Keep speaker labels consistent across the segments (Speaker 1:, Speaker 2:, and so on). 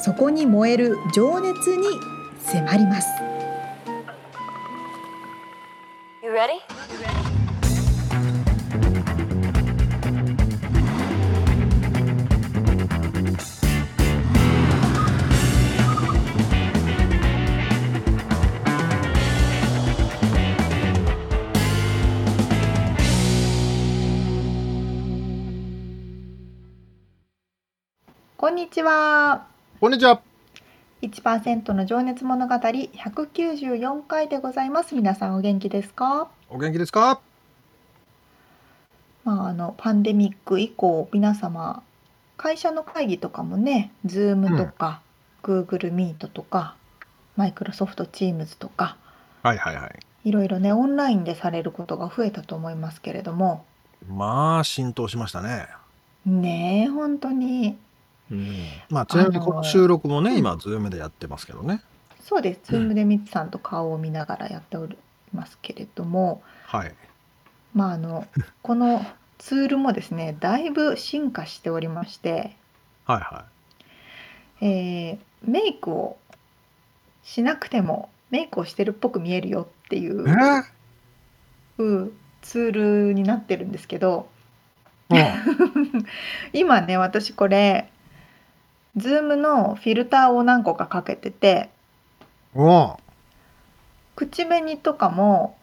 Speaker 1: そこに燃える情熱に迫ります
Speaker 2: You ready?
Speaker 1: こんにちは
Speaker 3: こんにちは。
Speaker 1: 1%の情熱物語194回でございます皆さんお元気ですか
Speaker 3: お元気ですか。
Speaker 1: まああのパンデミック以降皆様会社の会議とかもね Zoom とか、Google Meet とか Microsoft Teams とか
Speaker 3: はいはいはい。
Speaker 1: いろいろねオンラインでされることが増えたと思いますけれども
Speaker 3: まあ浸透しましたね。
Speaker 1: ねえ本当に
Speaker 3: まあちなみに
Speaker 1: あのー
Speaker 3: この収録も
Speaker 1: う
Speaker 3: ね、
Speaker 1: ん
Speaker 3: 今ズームでやってますけどね。
Speaker 1: そうです
Speaker 3: うん
Speaker 1: Zoom でミツさんと顔を見ながらやっておりますけれども、
Speaker 3: はい。
Speaker 1: まああのこのツールもですねだいぶ進化しておりまして、
Speaker 3: はいは
Speaker 1: えーメイクをしなくてもメイクをしてるっぽく見えるよっていう
Speaker 3: い。
Speaker 1: うんツールになってるんですけど
Speaker 3: え
Speaker 1: 今ね私これ Zoom のフィルターを何個かかけてて
Speaker 3: うん。おう
Speaker 1: 口紅とかも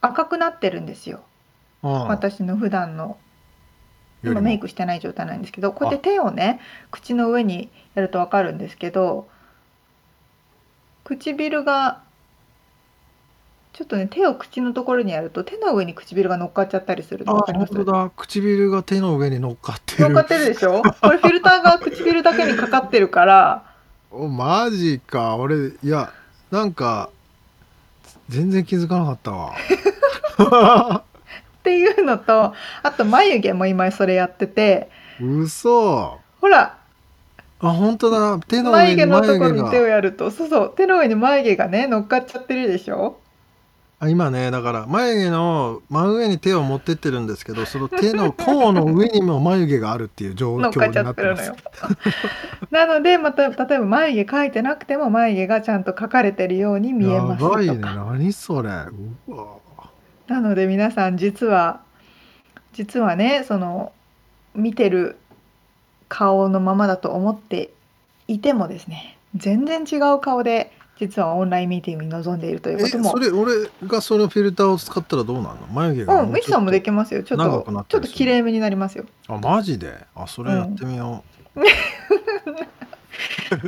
Speaker 1: 赤くなってるんですよ
Speaker 3: うん。
Speaker 1: 私の普段の
Speaker 3: より
Speaker 1: 今
Speaker 3: も
Speaker 1: メイクしてない状態なんですけどこうやって手をね口の上にやるとわかるんですけど唇がちょっとね手を口のところにやると手の上に唇が乗っかっちゃったりするの
Speaker 3: あ
Speaker 1: わかりま
Speaker 3: 本
Speaker 1: す
Speaker 3: 当だ。唇が手の上に乗っかって
Speaker 1: 乗っかっ
Speaker 3: る。
Speaker 1: てるでしょこれフィルターが唇だけにかかってるから
Speaker 3: おマジか。俺いやなんか全然気づかなかった わ。
Speaker 1: っていうのとあと眉毛も今それやってて
Speaker 3: 嘘。
Speaker 1: ほら
Speaker 3: あ本当だ。手の上
Speaker 1: 眉毛
Speaker 3: に
Speaker 1: の
Speaker 3: 眉
Speaker 1: ところ
Speaker 3: 毛
Speaker 1: に手を
Speaker 3: が。
Speaker 1: やるとそうそう手の上に眉毛がね乗っかっちゃってるでしょ
Speaker 3: あ今ねだから眉毛の真上に手を持ってってるんですけ どその手の甲の上にも眉毛があるっていう状
Speaker 1: 乗っか
Speaker 3: 況
Speaker 1: っ
Speaker 3: に
Speaker 1: ちゃ
Speaker 3: な
Speaker 1: っ
Speaker 3: ってて
Speaker 1: る
Speaker 3: ま
Speaker 1: の
Speaker 3: す
Speaker 1: よ。なのでまた例えば眉毛描いてなくても眉毛がちゃんと描かれてるように見えますと
Speaker 3: や
Speaker 1: か、
Speaker 3: ばいね何それうわ
Speaker 1: なので皆さん実は実はねその見てる顔のままだと思っていてもですね全然違う顔で実はオンラインミーティングに臨んでいるという
Speaker 3: え
Speaker 1: ことも
Speaker 3: それ俺がそのフィルターを使ったらどうなるの眉毛が
Speaker 1: うん、ミキさんもできますよちょっ
Speaker 3: 長
Speaker 1: と
Speaker 3: くなっ
Speaker 1: ちょ
Speaker 3: た
Speaker 1: っ
Speaker 3: り
Speaker 1: と
Speaker 3: する
Speaker 1: 綺麗めになりますよ
Speaker 3: あマジであそれやってみよ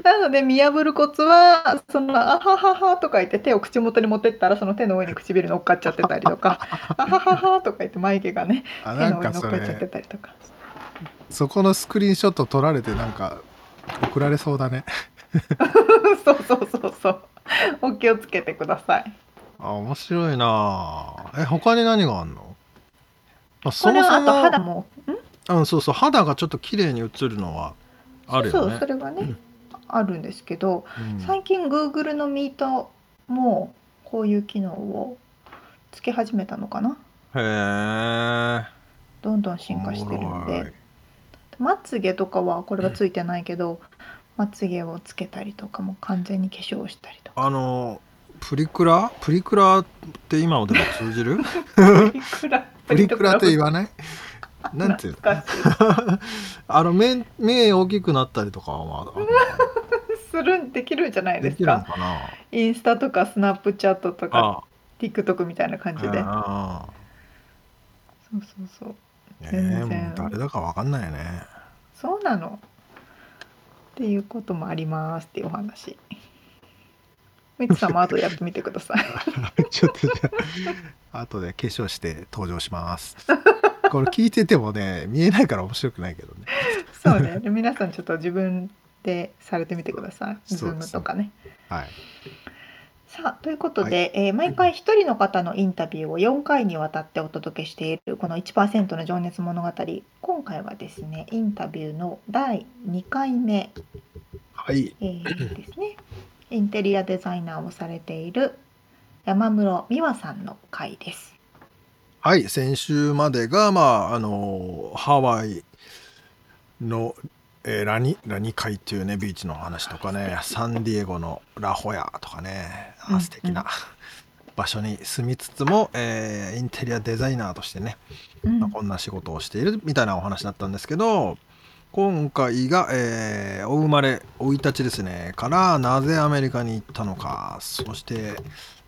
Speaker 1: なので見破るコツはその「あははは」とか言って手を口元に持ってったらその手の上に唇乗っかっちゃってたりと か 「あははは」とか言って眉毛がね
Speaker 3: う、あ
Speaker 1: 手
Speaker 3: な
Speaker 1: の
Speaker 3: ん
Speaker 1: 上
Speaker 3: か
Speaker 1: に乗っ
Speaker 3: そ
Speaker 1: かっちゃって
Speaker 3: れ
Speaker 1: たりとか
Speaker 3: そこのスクリーンショット撮られてなんか送られそうだね
Speaker 1: そうそうそうそうお気をつけてください
Speaker 3: あ面白いなあえ他に何があんのあ
Speaker 1: こ
Speaker 3: そ
Speaker 1: れ
Speaker 3: も
Speaker 1: は
Speaker 3: そ
Speaker 1: あと
Speaker 3: も
Speaker 1: 肌も
Speaker 3: うん、そうそう肌がちょっと綺麗に映るのはある
Speaker 1: そ
Speaker 3: よ
Speaker 1: う
Speaker 3: ね
Speaker 1: それはね、
Speaker 3: うん
Speaker 1: あるんですけど
Speaker 3: うん
Speaker 1: 最近 Google の Meet もこういう機能をつけ始めたのかな
Speaker 3: へえ
Speaker 1: どんどん進化してるので。
Speaker 3: い
Speaker 1: まつげとかはこれはついてないけど、まつげをつけたりとかも完全に化粧をしたりとか
Speaker 3: あのプリクラプリクラって今のでも通じる
Speaker 1: プリクラ
Speaker 3: プリクラって言わないなんていうの
Speaker 1: 懐かしい
Speaker 3: あの目目大きくなったりとかはま ああるのか
Speaker 1: するんできるんじゃな
Speaker 3: ないで
Speaker 1: で
Speaker 3: き
Speaker 1: す
Speaker 3: るの
Speaker 1: か
Speaker 3: かな
Speaker 1: インスタとかスナップチャットとか
Speaker 3: あ
Speaker 1: TikTok みたいな感じで
Speaker 3: あ
Speaker 1: そうそうそう
Speaker 3: ねえ
Speaker 1: 全然
Speaker 3: もう誰だかわかんないよね
Speaker 1: そうなのっていうこともありますっていうお話みつさんも後でやってみてくだ さい
Speaker 3: ちょっとじゃあ後で化粧して登場し ますこれ聞いててもね見えないから面白くないけどね
Speaker 1: そうねで皆さんちょっと自分
Speaker 4: 定されてみてください。ズ
Speaker 3: そう
Speaker 4: ー
Speaker 3: で
Speaker 4: ム
Speaker 3: すね
Speaker 4: とかね。
Speaker 3: はい。
Speaker 4: さあということで、えー毎回1人の方のインタビューを4回にわたってお届けしているこの1%の情熱物語今回はですねインタビューの第2回目、
Speaker 3: はい。
Speaker 4: えーですねインテリアデザイナーをされている山室美和さんの回です。
Speaker 3: はい。先週までが、まあ、あのーハワイの、えーラニ、ラニ海っていうね、ビーチの話とか ね、サンディエゴのラホヤとかね、
Speaker 4: うんう
Speaker 3: あ
Speaker 4: ん
Speaker 3: 素敵な場所に住みつつも、えーインテリアデザイナーとしてね、
Speaker 4: うん
Speaker 3: まあ、こんな仕事をしているみたいなお話だったんですけど今回が、えーお生まれ生い立ちですねからなぜアメリカに行ったのかそして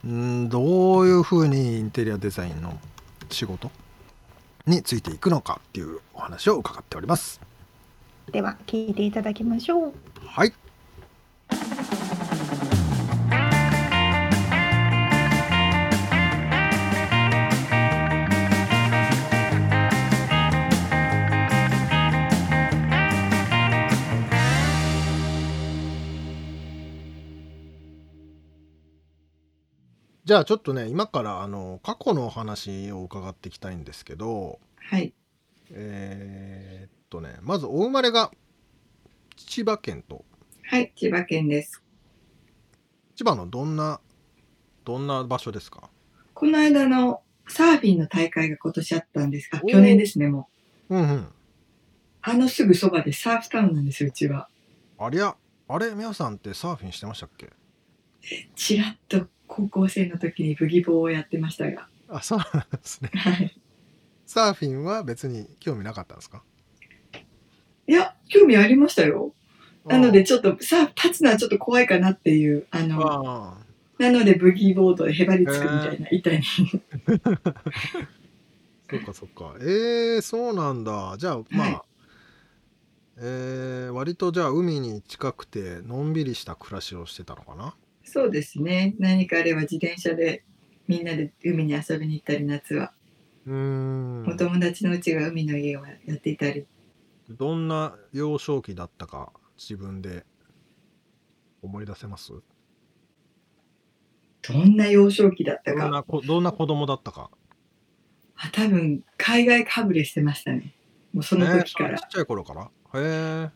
Speaker 3: んーどういうふうにインテリアデザインの仕事についていくのかっていうお話を伺っております。
Speaker 4: では聞いていただきましょう。
Speaker 3: はい、じゃあちょっとね今からあの過去のお話を伺っていきたいんですけど
Speaker 5: はい。
Speaker 3: えーっとねまずお生まれが千葉県と
Speaker 5: はい、千葉県です。
Speaker 3: 千葉のどんなどんな場所ですか
Speaker 5: この間のサーフィンの大会が今年あったんですが、
Speaker 3: おー
Speaker 5: 去年ですね、もう。
Speaker 3: うんうん
Speaker 5: あのすぐそばでサーフタウンなんですよ、うちは。
Speaker 3: ありゃあれ皆さんってサーフィンしてましたっけ
Speaker 5: ちらっと高校生の時にブギボーをやってましたが。
Speaker 3: あそうなんですね
Speaker 5: はい。
Speaker 3: サーフィンは別に興味なかったんですか
Speaker 5: いや、興味ありましたよ。なので、ちょっと、サーフ立つのはちょっと怖いかなっていう、あ
Speaker 3: あ
Speaker 5: の、
Speaker 3: ーあ
Speaker 5: なのでブギーボードでへばりつくみたいな板に。
Speaker 3: ーそっかそっかえー、そうなんだじゃあまあ、
Speaker 5: はい
Speaker 3: えー、割とじゃあ海に近くてのんびりした暮らしをしてたのかな
Speaker 5: そうですね。何かあれば自転車でみんなで海に遊びに行ったり、夏は。
Speaker 3: うーん
Speaker 5: お友達のうちが海の家をやっていたり。
Speaker 3: どんな幼少期だったか自分で思い出せます
Speaker 5: どんな幼少期だった
Speaker 3: どん
Speaker 5: か。
Speaker 3: なこどんな子供だったか
Speaker 5: あ多分海外かぶれしてましたねもうその時から、
Speaker 3: えーちっちゃい頃からへえ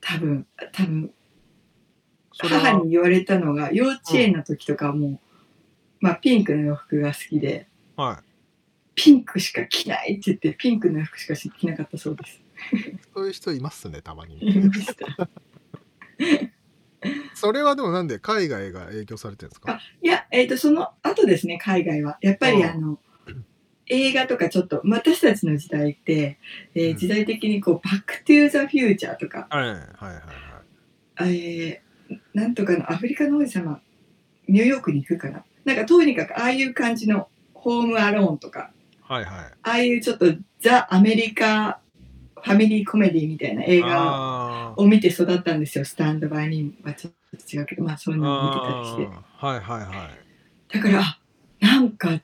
Speaker 5: 多分多分
Speaker 3: それは
Speaker 5: 母に言われたのが幼稚園の時とかも、まあ、ピンクの洋服が好きで
Speaker 3: は
Speaker 5: ピンクしか着ないって言ってピンクの洋服しか着なかったそうです
Speaker 3: いそういう人いますねたまに
Speaker 5: 言いました
Speaker 3: それはでもなんで海外が影響されてるんですか
Speaker 5: いやえっ、とその後ですね海外はやっぱり
Speaker 3: ああ
Speaker 5: あの映画とかちょっと私たちの時代って、えー
Speaker 3: うん
Speaker 5: 時代的にこう「バック・トゥ・ザ・フューチャー」とか
Speaker 3: はいはいはいはい
Speaker 5: えーなんとかのアフリカの王子様ニューヨークに行くからなんかとにかくああいう感じのホームアローンとか
Speaker 3: はいはい
Speaker 5: ああいうちょっとザ・アメリカファミリーコメディみたいな映画
Speaker 3: あー
Speaker 5: を見て育ったんですよ「スタンド・バイ・ミー」はちょっと違うけどまあそういうのを見てたりして
Speaker 3: あーはいはいはい
Speaker 5: だからあなんか違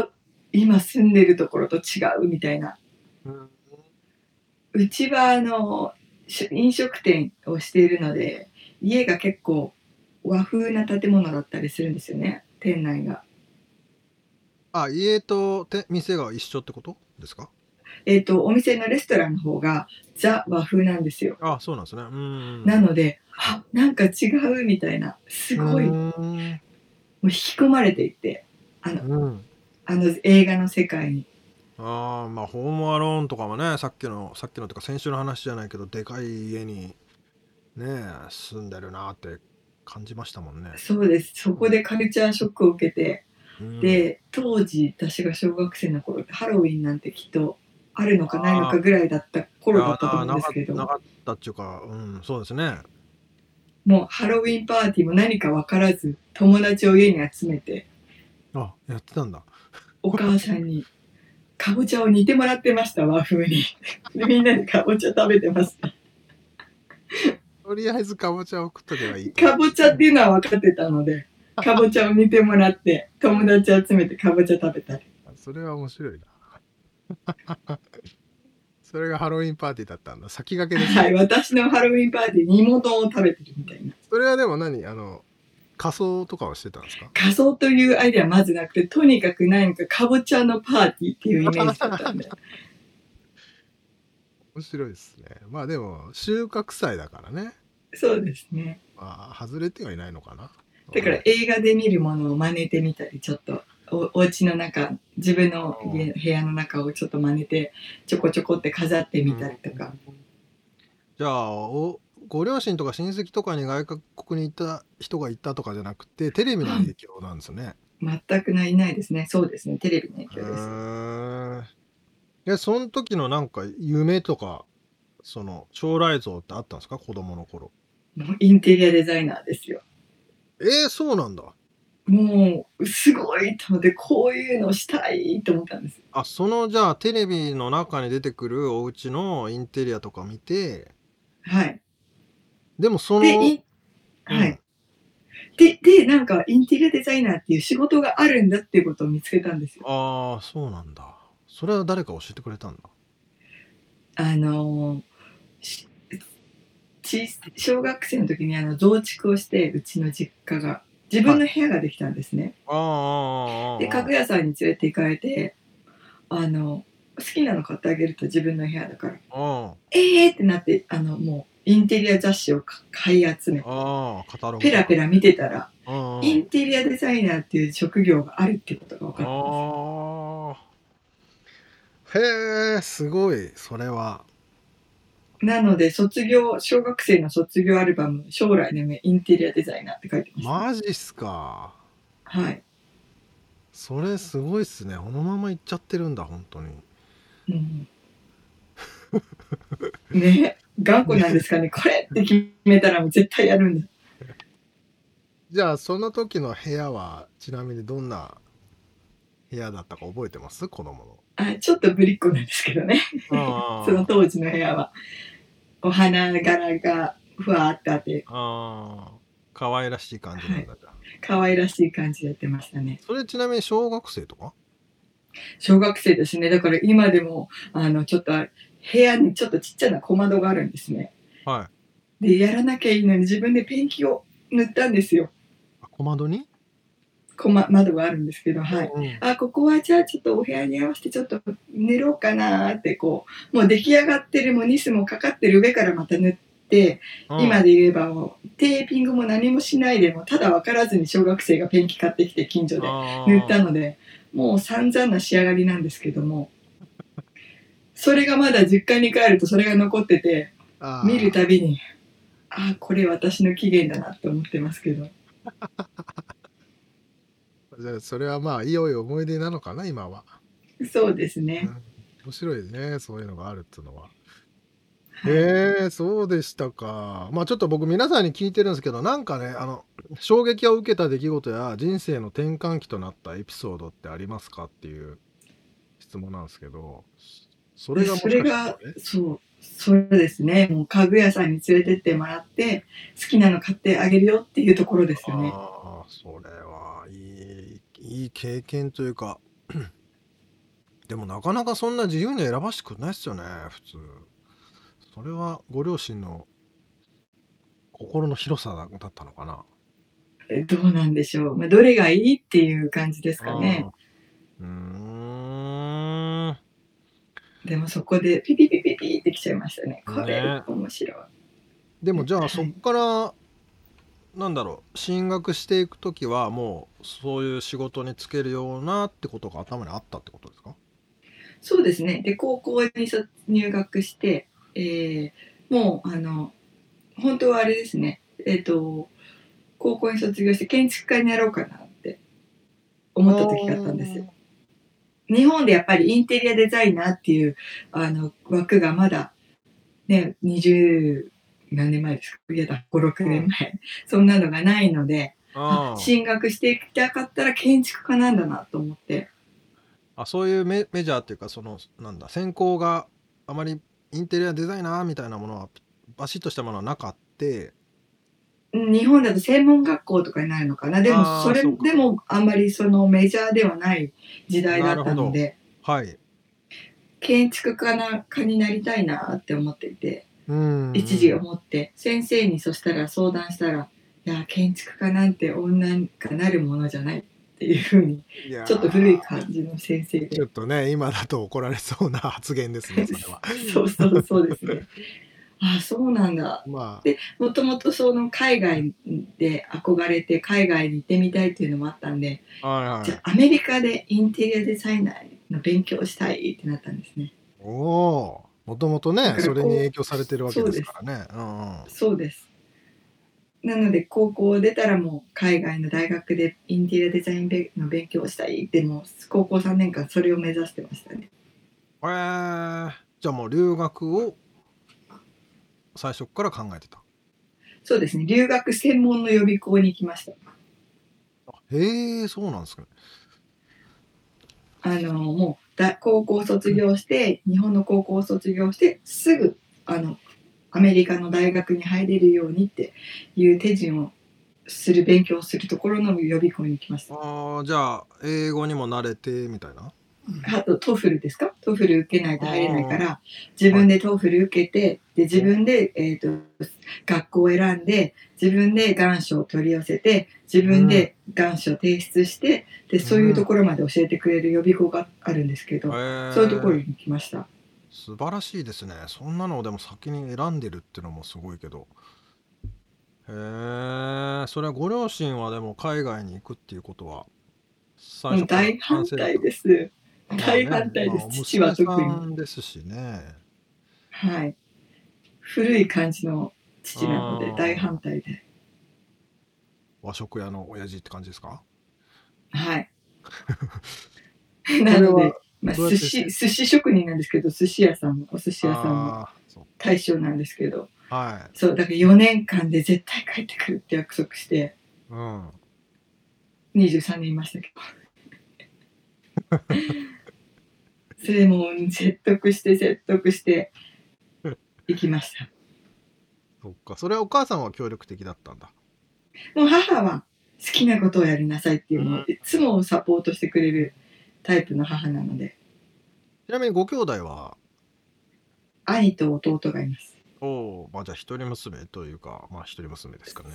Speaker 5: う今住んでるところと違うみたいな
Speaker 3: うん
Speaker 5: うちはあのし飲食店をしているので家が結構和風な建物だったりするんですよね店内が。
Speaker 3: あ家とて店が一緒ってことですか
Speaker 5: えっとお店のレストランの方がザ和風なんですよ。
Speaker 3: あそうなんですねうん
Speaker 5: なのであなんか違うみたいなすごいもう
Speaker 3: うん
Speaker 5: 引き込まれていって
Speaker 3: うん
Speaker 5: あの映画の世界に。
Speaker 3: あーまあホームアローンとかもねさっきのさっきのとか先週の話じゃないけどでかい家にね住んでるなって感じましたもんね。
Speaker 5: そうですそこでカルチャーショックを受けて
Speaker 3: うん、
Speaker 5: で当時私が小学生の頃ってハロウィンなんてきっとあるのかないのかぐらいだった頃だったと思うんですけど
Speaker 3: いやーなかなかったっていうか、うん、そうですね。
Speaker 5: もうハロウィンパーティーも何か分からず友達を家に集めて
Speaker 3: あやってたんだ。
Speaker 5: お母さんにかぼちゃを煮てもらってました和風に でみんなでかぼちゃ食べてました
Speaker 3: とりあえずかぼちゃを食っとけばいい。
Speaker 5: かぼちゃっていうのは分かってたのでかぼちゃを煮てもらって友達集めてかぼちゃ食べたり
Speaker 3: それは面白いな。 それがハロウィンパーティーだったんだ。先駆けですね。
Speaker 5: はい、私のハロウィンパーティー煮物を食べてるみたいな。
Speaker 3: それはでも何あの、仮装とかをしてたんですか
Speaker 5: 仮装というアイデアはまずなくて、とにかくなんかかぼちゃのパーティーっていうイメージだったんで。
Speaker 3: 面白いですね。まあでも、収穫祭だからね。
Speaker 5: そうですね。
Speaker 3: まあ、外れてはいないのかな。
Speaker 5: だから映画で見るものを真似てみたり、ちょっとおお家の中、自分の家部屋の中をちょっと真似て、ちょこちょこって飾ってみたりとか。
Speaker 3: じゃあおご両親とか親戚とかに外国に行った人が行ったとかじゃなくてテレビの影響なんですね。
Speaker 5: 全くないないですね。 そうですね。テレビの影
Speaker 3: へ
Speaker 5: 響です。
Speaker 3: ーえその時のなんか夢とかその将来像ってあったんですか子供の頃。
Speaker 5: もうインテリアデザイナーですよ。
Speaker 3: えー、そうなんだ。
Speaker 5: もう、すごいと思って、こういうのしたいと思ったんです。
Speaker 3: あそのじゃあテレビの中に出てくるお家のインテリアとか見て
Speaker 5: はい。
Speaker 3: でもその
Speaker 5: で、いはい。で、で、なんか、インテリアデザイナーっていう仕事があるんだっていうことを見つけたんですよ。
Speaker 3: ああそうなんだ。それは誰か教えてくれたんだ。
Speaker 5: あのーしち小学生の時にあの増築をして、うちの実家が、自分の部屋ができたんですね。
Speaker 3: あーあーあーあー
Speaker 5: で、家具屋さんに連れて行かれて、あの、好きなの買ってあげると自分の部屋だから、
Speaker 3: あ
Speaker 5: えーってなって、あの、もう、インテリア雑誌をか買い集め
Speaker 3: ー、あーカタログ
Speaker 5: ペラペラ見てたら、
Speaker 3: うんうん
Speaker 5: インテリアデザイナーっていう職業があるってことが分かったんです。
Speaker 3: ああーへえすごいそれは
Speaker 5: なので卒業小学生の卒業アルバム「将来の夢インテリアデザイナー」って書いてました、
Speaker 3: マジっすか
Speaker 5: はい、
Speaker 3: それすごいっすねこのままいっちゃってるんだ本当に
Speaker 5: うん、ね頑固なんですかねこれって決めたらもう絶対やるんだ
Speaker 3: じゃあその時の部屋はちなみにどんな部屋だったか覚えてます子供の
Speaker 5: あちょっとぶりっ子なんですけどね
Speaker 3: あ
Speaker 5: その当時の部屋はお花柄がふわーってあって
Speaker 3: あ可愛らしい感じなんだじゃあ
Speaker 5: 可愛らしい感じでやってましたね
Speaker 3: それちなみに小学生とか
Speaker 5: 小学生ですねだから今でもあのちょっと部屋にちょっとちっちゃな小窓があるんですね
Speaker 3: はい
Speaker 5: でやらなきゃいいのに自分でペンキを塗ったんですよ。
Speaker 3: あ小窓に、
Speaker 5: こま、窓があるんですけど、はい。
Speaker 3: うん
Speaker 5: あ、ここはじゃあちょっとお部屋に合わせてちょっと塗ろうかなーってこう、もう出来上がってるもうニスもかかってる上からまた塗って、
Speaker 3: うん
Speaker 5: 今で言えばもうテーピングも何もしないでもうただ分からずに小学生がペンキ買ってきて近所で
Speaker 3: あー
Speaker 5: 塗ったので、もう散々な仕上がりなんですけども、それがまだ実家に帰るとそれが残ってて、
Speaker 3: あー
Speaker 5: 見るたびにああこれ私の起源だなって思ってますけど
Speaker 3: じゃあそれはまあ良い思い出なのかな今は
Speaker 5: そうですね
Speaker 3: 面白いねそういうのがあるっていうのは。
Speaker 5: はい
Speaker 3: ええそうでしたか。まあちょっと僕皆さんに聞いてるんですけどなんかねあの衝撃を受けた出来事や人生の転換期となったエピソードってありますかっていう質問なんですけどそれがもし
Speaker 5: そ
Speaker 3: かし
Speaker 5: れ
Speaker 3: たら
Speaker 5: が
Speaker 3: ね
Speaker 5: そうそうですねもう家具屋さんに連れてってもらって好きなの買ってあげるよっていうところですよね
Speaker 3: ああそれはいいいい経験というか でもなかなかそんな自由に選ばしてくれないですよね普通それはご両親の心の広さだったのかな
Speaker 5: えどうなんでしょう、まあ、どれがいいっていう感じですかね
Speaker 3: あーうーん
Speaker 5: でもそこでピピピピピってきちゃいましたねこれ
Speaker 3: ね
Speaker 5: 面白い、
Speaker 3: でもじゃ
Speaker 5: は
Speaker 3: あ
Speaker 5: い
Speaker 3: そっからなんだろう進学していく時はもうそういう仕事に就けるようなってことが頭にあったってことですか
Speaker 5: そうですねで高校に卒入学して、えーもうあの本当はあれですねえっ、と高校に卒業して建築家になろうかなって思った時があったんですよ。日本でやっぱりインテリアデザイナーっていうあの枠がまだね20何年前ですかいやだ56年前、そんなのがないので
Speaker 3: あー
Speaker 5: 進学していきたかったら建築家なんだなと思って
Speaker 3: あそういうメメジャーっていうかそのなんだ専攻があまりインテリアデザイナーみたいなものはバシッとしたものはなかって
Speaker 5: うん日本だと専門学校とかになるのかなでも
Speaker 3: あー
Speaker 5: それ
Speaker 3: そうか
Speaker 5: でもあんまりそのメジャーではない時代だったので
Speaker 3: はい
Speaker 5: 建築家な家になりたいなって思っていて
Speaker 3: うん
Speaker 5: 一時思って先生にそしたら相談したら「いや建築家なんて女がなるものじゃない」っていうふうに
Speaker 3: いやー
Speaker 5: ちょっと古い感じの先生で
Speaker 3: ちょっとね今だと怒られそうな発言です ねそれは
Speaker 5: そうそうそうですねああそうなんだ
Speaker 3: まあ
Speaker 5: でもともとその海外で憧れて海外に行ってみたいっていうのもあったんで、
Speaker 3: はい
Speaker 5: じ
Speaker 3: は
Speaker 5: ゃ
Speaker 3: い
Speaker 5: あアメリカでインテリアデザイナーの勉強をしたいってなったんですね
Speaker 3: おおもともとねそれに影響されてるわけですからねうんうん
Speaker 5: そうですなので高校を出たらもう海外の大学でインテリアデザインべの勉強をしたいでも高校3年間それを目指してましたね
Speaker 3: えー、じゃあもう留学を最初から考えてた
Speaker 5: そうですね留学専門の予備校に行きました
Speaker 3: へえそうなんですかね
Speaker 5: あのもうだ高校を卒業して日本の高校を卒業してすぐあのアメリカの大学に入れるようにっていう手順をする勉強をするところの予備校に行きました。
Speaker 3: あーじゃあ英語にも慣れてみたいな
Speaker 5: あとトフルですかトフル受けないと入れないから自分でトフル受けてで自分で、えー、と学校を選んで自分で願書を取り寄せて自分で願書を提出してでそういうところまで教えてくれる予備校があるんですけど、そういうところ
Speaker 3: へー
Speaker 5: に行きました。
Speaker 3: 素晴らしいですねそんなのをでも先に選んでるってのもすごいけどへえそれはご両親はでも海外に行くっていうことは最
Speaker 5: もう大反対です。大反対です。父は特に。
Speaker 3: にですしね
Speaker 5: はい。古い感じの父なの
Speaker 3: あ
Speaker 5: で
Speaker 3: ー
Speaker 5: 大反対で。
Speaker 3: 和食屋の親父って感じですか
Speaker 5: はい。なの
Speaker 3: これ
Speaker 5: で
Speaker 3: は、
Speaker 5: まあ、
Speaker 3: どうやって
Speaker 5: 寿司、寿司職人なんですけど、寿司屋さん、お寿司屋さんの
Speaker 3: あーそう
Speaker 5: 大将なんですけど、
Speaker 3: はい
Speaker 5: そう、だから4年間で絶対帰ってくるって約束して、
Speaker 3: うん
Speaker 5: 23年いましたけど。 それもう説得して説得して行きました。
Speaker 3: そっかそれはお母さんは協力的だったんだ
Speaker 5: もう母は好きなことをやりなさいっていうのをいつもサポートしてくれるタイプの母なので
Speaker 3: ちなみにご兄弟は
Speaker 5: 兄と弟がいます
Speaker 3: おおまあじゃあ一人娘というかまあ一人娘ですかね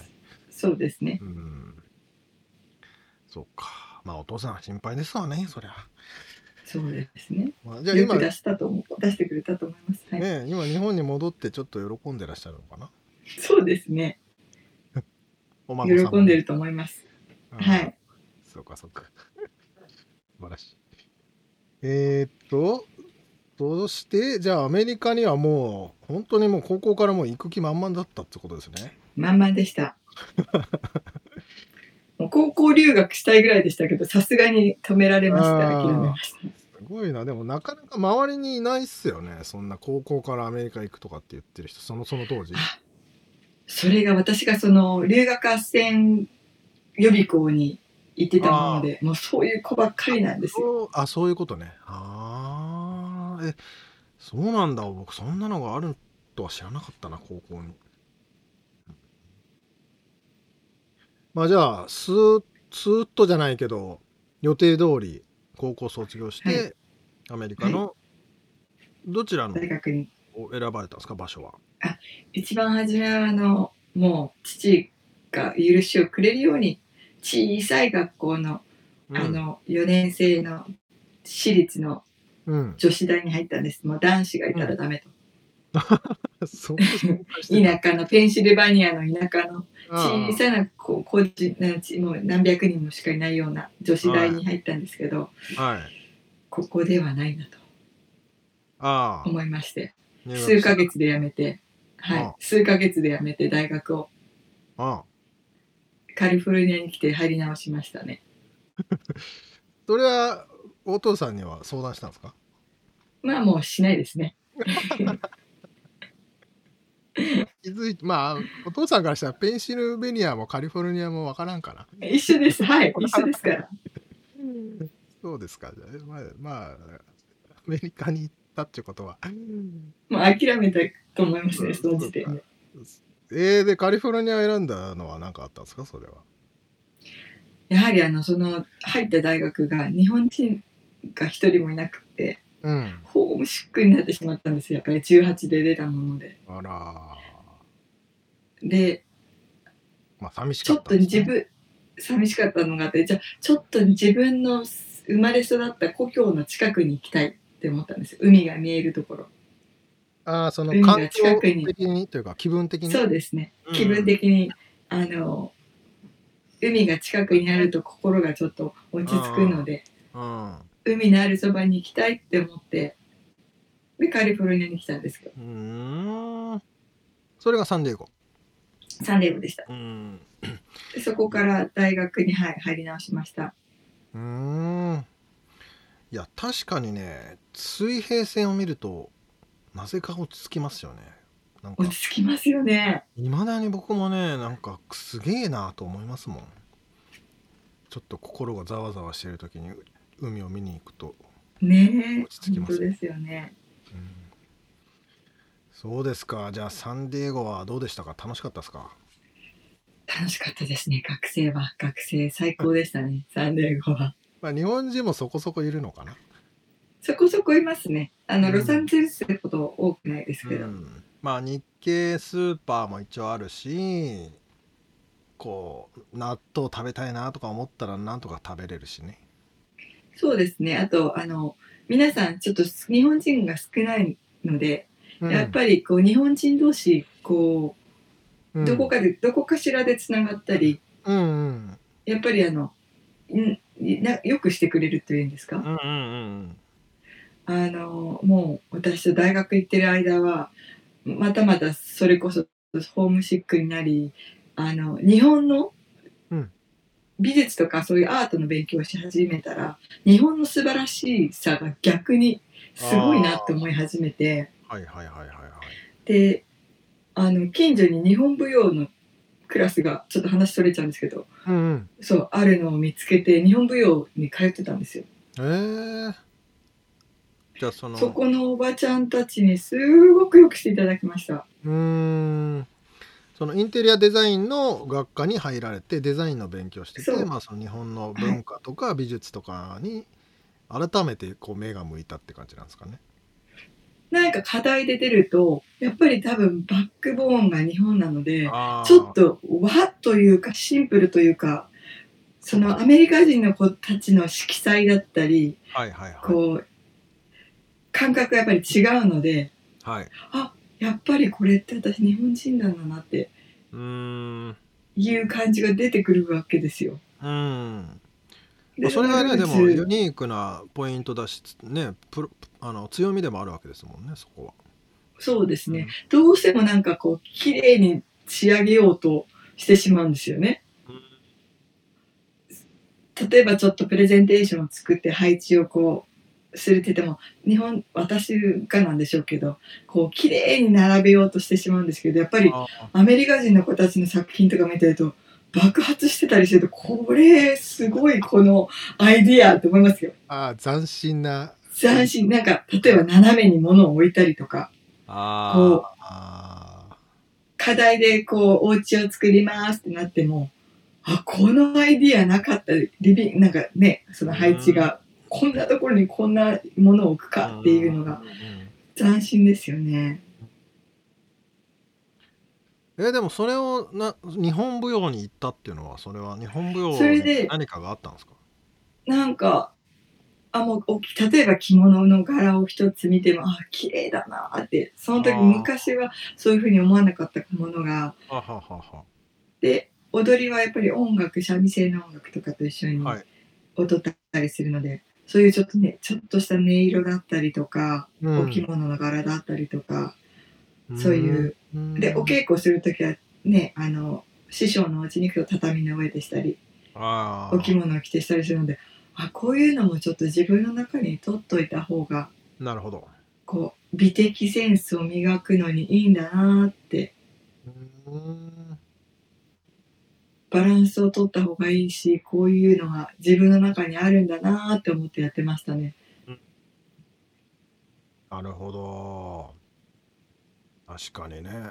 Speaker 5: そうですね
Speaker 3: うんそっかまあお父さんは心配ですわねそりゃ、
Speaker 5: そうですね
Speaker 3: まあ、じゃあ
Speaker 5: よ
Speaker 3: 今
Speaker 5: く
Speaker 3: ね
Speaker 5: 出したと思う出してくれたと思います、はい
Speaker 3: 今日本に戻ってちょっと喜んでらっしゃるのかな
Speaker 5: そうですね
Speaker 3: お
Speaker 5: 喜
Speaker 3: 孫さんも
Speaker 5: んでると思います
Speaker 3: うん
Speaker 5: はい
Speaker 3: そうかそうか 素晴らしいえー、っとそしてじゃあアメリカにはもう本当にもう高校からもう行く気満々だったってことですね
Speaker 5: まんまでした もう高校留学したいぐらいでしたけどさすがに止められました
Speaker 3: あー
Speaker 5: 諦めました
Speaker 3: すごいなでもなかなか周りにいないっすよねそんな高校からアメリカ行くとかって言ってる人そのその当時
Speaker 5: それが私がその留学斡旋予備校に行ってたものでもうそういう子ばっかりなんですよ
Speaker 3: そうあそういうことねああえそうなんだ僕そんなのがあるとは知らなかったな高校にまあじゃあスースーッとじゃないけど予定通り高校卒業して、
Speaker 5: は
Speaker 3: アメリカのどちらの
Speaker 5: 大学に
Speaker 3: を選ばれたんですか場所は
Speaker 5: 一番初めはあのもう父が許しをくれるように小さい学校の,、
Speaker 3: うん
Speaker 5: あの4年生の私立の
Speaker 3: うん、
Speaker 5: 女子大に入ったんですもう男子がいたらダメと、
Speaker 3: そう紹介してた
Speaker 5: 田舎のペンシルバニアの田舎の
Speaker 3: ああ
Speaker 5: 小さなこう個人なんちもう何百人もしかいないような女子大に入ったんですけど、
Speaker 3: はい
Speaker 5: ここではないなと
Speaker 3: ああ
Speaker 5: 思いまして
Speaker 3: 入学
Speaker 5: 数
Speaker 3: した
Speaker 5: ヶ月で辞めて、は
Speaker 3: ああ
Speaker 5: い、数ヶ月で辞めて大学を
Speaker 3: ああ
Speaker 5: カリフォルニアに来て入り直しましたね。
Speaker 3: それはお父さんには相談したんですか
Speaker 5: まあもうしないですね。
Speaker 3: 気づいてまあお父さんからしたらペンシルベニアもカリフォルニアもわからんかな
Speaker 5: 一緒で す。はい、一緒ですから。
Speaker 3: そうですかじゃあまあ、まあ、アメリカに行ったってことは
Speaker 5: もう諦めたと思いますね、その時点で。
Speaker 3: えー、でカリフォルニアを選んだのは何かあったんですかそれは
Speaker 5: やはりあの、その、入った大学が日本人が一人もいなくて、
Speaker 3: うん。
Speaker 5: ホームシックになってしまったんですよ。やっぱり18で出たもので。
Speaker 3: あらー、
Speaker 5: で、
Speaker 3: まあ寂し
Speaker 5: ち
Speaker 3: か
Speaker 5: ょ
Speaker 3: っ
Speaker 5: ったと
Speaker 3: んです
Speaker 5: 自
Speaker 3: ね。
Speaker 5: 分、寂しかったのがあって、じゃあ、ちょっと自分の生まれ育った故郷の近くに行きたいって思ったんですよ。海が見えるところ。
Speaker 3: ああ、その
Speaker 5: 海
Speaker 3: 環
Speaker 5: が近
Speaker 3: 境
Speaker 5: くに
Speaker 3: 的にというか気分的に。
Speaker 5: そうですね
Speaker 3: うん。
Speaker 5: 気分的に、あの、海が近くにあると心がちょっと落ち着くので、
Speaker 3: うん。
Speaker 5: 海のあるそばに行きたいって思って、で、カリフォルニアに来たんですけど、
Speaker 3: うーん。それがサンディエゴ。
Speaker 5: サンデーゴでした。
Speaker 3: うん。
Speaker 5: でそこから大学に、はい、入り直しました。
Speaker 3: うーん。いや、確かにね、水平線を見ると、なぜか落ち着きますよね。なんか
Speaker 5: 落、ち着きますよね。
Speaker 3: いまだに僕もね、なんか、すげえなと思いますもん。ちょっと心がざわざわしてる時に、海を見に行くと。
Speaker 5: ねえ。
Speaker 3: 落ち着きます
Speaker 5: 本当ですよね。
Speaker 3: うんそうですか。じゃあ、サンディエゴはどうでしたか楽しかったですか
Speaker 5: 楽しかったですね。学生は。学生最高でしたね。サンデーゴは。
Speaker 3: まあ、日本人もそこそこいるのかな。
Speaker 5: そこそこいますね。あの、
Speaker 3: うん
Speaker 5: ロサンゼルスほど多くないです
Speaker 3: う
Speaker 5: けど。
Speaker 3: ん、まあ日系スーパーも一応あるしこう納豆食べたいなとか思ったらなんとか食べれるしね
Speaker 5: そうですね。あと、あの、皆さん、ちょっと日本人が少ないので、やっぱりこう、日本人同士、こ
Speaker 3: り
Speaker 5: う、どこ
Speaker 3: か
Speaker 5: かで、どこかしらでつながったり、
Speaker 3: うんうん
Speaker 5: やっぱりあの、んなよくしてくれるというんですか。
Speaker 3: うんうんうん
Speaker 5: あのもう私と大学行ってる間はまたまたそれこそホームシックになりあの日本の
Speaker 3: うん
Speaker 5: 美術とかそういうアートの勉強をし始めたら日本の素晴らしさが逆にすごいなって思い始めて
Speaker 3: はいはいはいはいはい
Speaker 5: であの近所に日本舞踊のクラスがちょっと話それちゃうんですけど
Speaker 3: うんうん
Speaker 5: そうあるのを見つけて日本舞踊に通ってたんですよ。
Speaker 3: えー、じゃあその
Speaker 5: そこのおばちゃんたちにすごくよくしていただきました。
Speaker 3: うーんそのインテリアデザインの学科に入られてデザインの勉強して
Speaker 5: そ
Speaker 3: て、
Speaker 5: う
Speaker 3: まあ、その日本の文化とか美術とかに改めてこう目が向いたって感じなんですかね。
Speaker 5: なんか課題で出ると、やっぱり多分バックボーンが日本なので、
Speaker 3: ち
Speaker 5: ちょっと和というかシンプルというか、そのアメリカ人の子たちの色彩だったり、
Speaker 3: はいはいはい。
Speaker 5: こう、感覚がやっぱり違うので、
Speaker 3: はい、
Speaker 5: やっぱりこれって私日本人なんだなって
Speaker 3: うーん。う
Speaker 5: いう感じが出てくるわけですよ。
Speaker 3: ーん。ま
Speaker 5: で
Speaker 3: あ、それがね、でも
Speaker 5: 普
Speaker 3: ユ
Speaker 5: 通
Speaker 3: ニークなポイントだし、ね、プロあの強みでもあるわけですもんね、そこは。
Speaker 5: そうですね。どうしてもなんかこう、綺麗に仕上げようとしてしまうんですよね。例えばちょっとプレゼンテーションを作って配置をこうするって言っても日本私がなんでしょうけどこう綺麗に並べようとしてしまうんですけどやっぱり
Speaker 3: あ
Speaker 5: アメリカ人の子たちの作品とか見てると爆発してたりしてるとこれすごいこのアイディアって思いますよ。
Speaker 3: あー、斬新な。
Speaker 5: 斬新なんか例えば斜めに物を置いたりとか
Speaker 3: あ
Speaker 5: こう
Speaker 3: ーあ
Speaker 5: 課題でこうお家を作りますってなってもあこのアイディアなかったリビンなんかねその配置がこんなところにこんなものを置く
Speaker 3: ー
Speaker 5: かっていうのが。斬新ですよね。
Speaker 3: うんえでもそれをな日本舞踊に行ったっていうのはそれは日本舞
Speaker 5: それ
Speaker 3: 踊
Speaker 5: で
Speaker 3: に何かがあったんですか
Speaker 5: なんかあもうお例えば着物の柄を一つ見てもあ綺麗だなってその時
Speaker 3: あー
Speaker 5: 昔はそういうふうに思わなかったものが
Speaker 3: ははは
Speaker 5: で踊りはやっぱり音楽三味線の音楽とかと一緒に
Speaker 3: はい
Speaker 5: 踊ったりするので、そういうちょっとねちょっとした音色だったりとか、
Speaker 3: は
Speaker 5: お着物の柄だったりとか、
Speaker 3: うん
Speaker 5: そういう
Speaker 3: うん
Speaker 5: でお稽古する時はねあの師匠のお家に行くと畳の上でしたり
Speaker 3: あー
Speaker 5: お着物を着てしたりするのであこういうのもちょっと自分の中に取っといた方が
Speaker 3: なるほど
Speaker 5: こう美的センスを磨くのにいいんだなーって
Speaker 3: うん
Speaker 5: バランスを取った方がいいしこういうのが自分の中にあるんだなーって思ってやってましたね。
Speaker 3: なるほど確かにね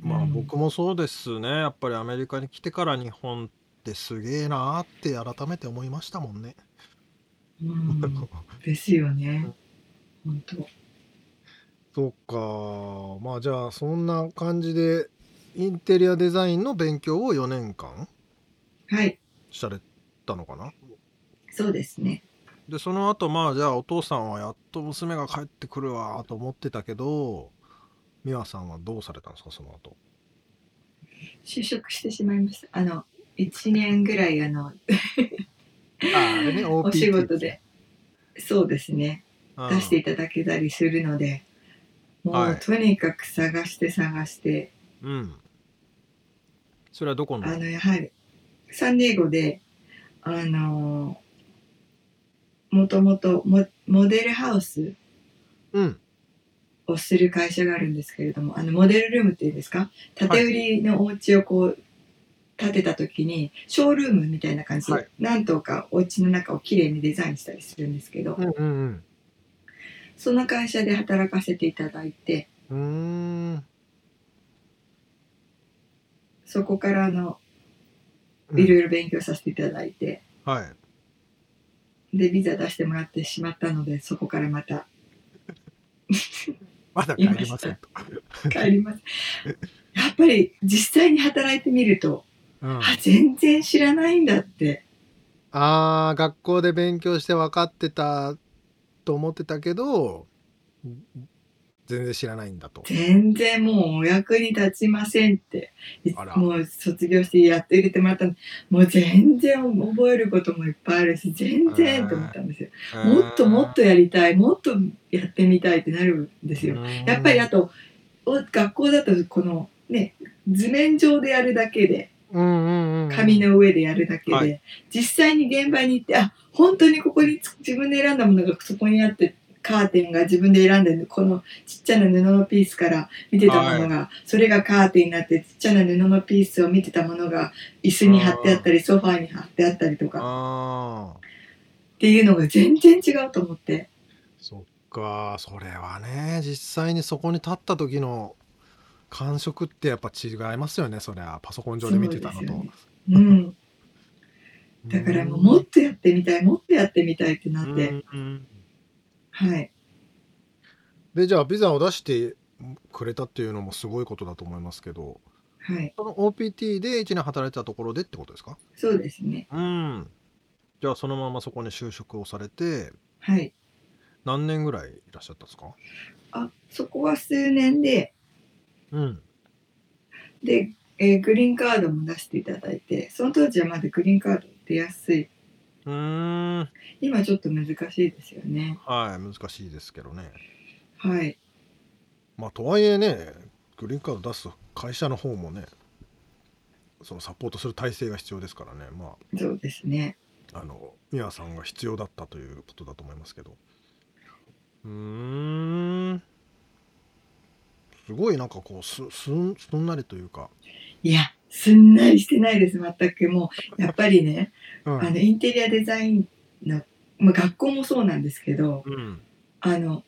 Speaker 3: まあ
Speaker 5: うん
Speaker 3: 僕もそうですねやっぱりアメリカに来てから日本ってすげえなーって改めて思いましたもんね
Speaker 5: うん、ですよね。本当。
Speaker 3: そっかまあじゃあそんな感じでインテリアデザインの勉強を4年間
Speaker 5: はい、
Speaker 3: されたのかな
Speaker 5: そうですね。
Speaker 3: でその後まあじゃあお父さんはやっと娘が帰ってくるわと思ってたけど美和さんはどうされたんですかその後
Speaker 5: 就職してしまいました。あの一年ぐらいあの
Speaker 3: ああれね OP
Speaker 5: お仕事で、そうですね。
Speaker 3: うん
Speaker 5: 出していただけたりするので、も
Speaker 3: は
Speaker 5: う
Speaker 3: い
Speaker 5: とにかく探して探して、
Speaker 3: うんそれはどこの
Speaker 5: あのやはりサンディエゴであのもともとモモデルハウス
Speaker 3: うん
Speaker 5: をする会社があるんですけれどもあのモデルルームっていうんですか建て売りのお家をこう建てた時にショールームみたいな感じ
Speaker 3: はい
Speaker 5: で何とかお家の中をきれいにデザインしたりするんですけど
Speaker 3: うんうん
Speaker 5: その会社で働かせていただいて
Speaker 3: うんうーん
Speaker 5: そこからあの
Speaker 3: うん
Speaker 5: いろいろ勉強させていただいて
Speaker 3: はい
Speaker 5: でビザ出してもらってしまったのでそこから また
Speaker 3: まだ帰りませんと、
Speaker 5: 帰りますやっぱり実際に働いてみると
Speaker 3: うん、
Speaker 5: あ全然知らないんだって
Speaker 3: あー学校で勉強して分かってたと思ってたけど全然知らないんだと。
Speaker 5: 全然もうお役に立ちませんってい
Speaker 3: あら
Speaker 5: もう卒業してやって入れてもらったのもう全然覚えることもいっぱいあるし
Speaker 3: え
Speaker 5: 全
Speaker 3: ー
Speaker 5: 然と思ったんですよ、 もっともっとやりたいもっとやってみたいってなるんですよ、やっぱりあとお学校だとこのね図面上でやるだけで紙
Speaker 3: 紙
Speaker 5: の上でやるだけで、
Speaker 3: は
Speaker 5: 実際に現場に行ってあ本当にここにつ自分で選んだものがそこにあってカーテンが自分で選んでこのちっちゃな布のピースから見てたものが、それがカーテンになってちっちゃな布のピースを見てたものが椅子に貼ってあったりソファーに貼ってあったりとかっ
Speaker 3: あー
Speaker 5: ていうのが全然違うと思って
Speaker 3: そっかそれはね実際にそこに立った時の感触ってやっぱ違いますよねそりゃパソコン上で見てたの
Speaker 5: そうです
Speaker 3: と
Speaker 5: よ。ねうん、だからもうもっとやってみたいもっとやってみたいってなって、
Speaker 3: うん
Speaker 5: はい
Speaker 3: でじゃあビザを出してくれたっていうのもすごいことだと思いますけど
Speaker 5: はい
Speaker 3: その OPT で1年働いてたところでってことですか
Speaker 5: そうですね
Speaker 3: うん。じゃあそのままそこに就職をされて
Speaker 5: はい
Speaker 3: 何年ぐらいいらっしゃったんですか？
Speaker 5: あそこは数年で
Speaker 3: うん。
Speaker 5: で、えーグリーンカードも出していただいてその当時はまだグリーンカード出やすいう
Speaker 3: ーん。
Speaker 5: 今ちょっと難しいですよね
Speaker 3: はい、難しいですけどね。
Speaker 5: はい
Speaker 3: まあとはいえね、グリーンカード出す会社の方もね、そのサポートする体制が必要ですからね。ま
Speaker 5: そうですね
Speaker 3: ああのミワさんが必要だったということだと思いますけど。うーん。すごいなんかこうすすんすんなりというか。
Speaker 5: いやすんなりしてないです全くもうやっぱりね
Speaker 3: う
Speaker 5: あの。インテリアデザインの、まあ、学校もそうなんですけど
Speaker 3: うん。
Speaker 5: あの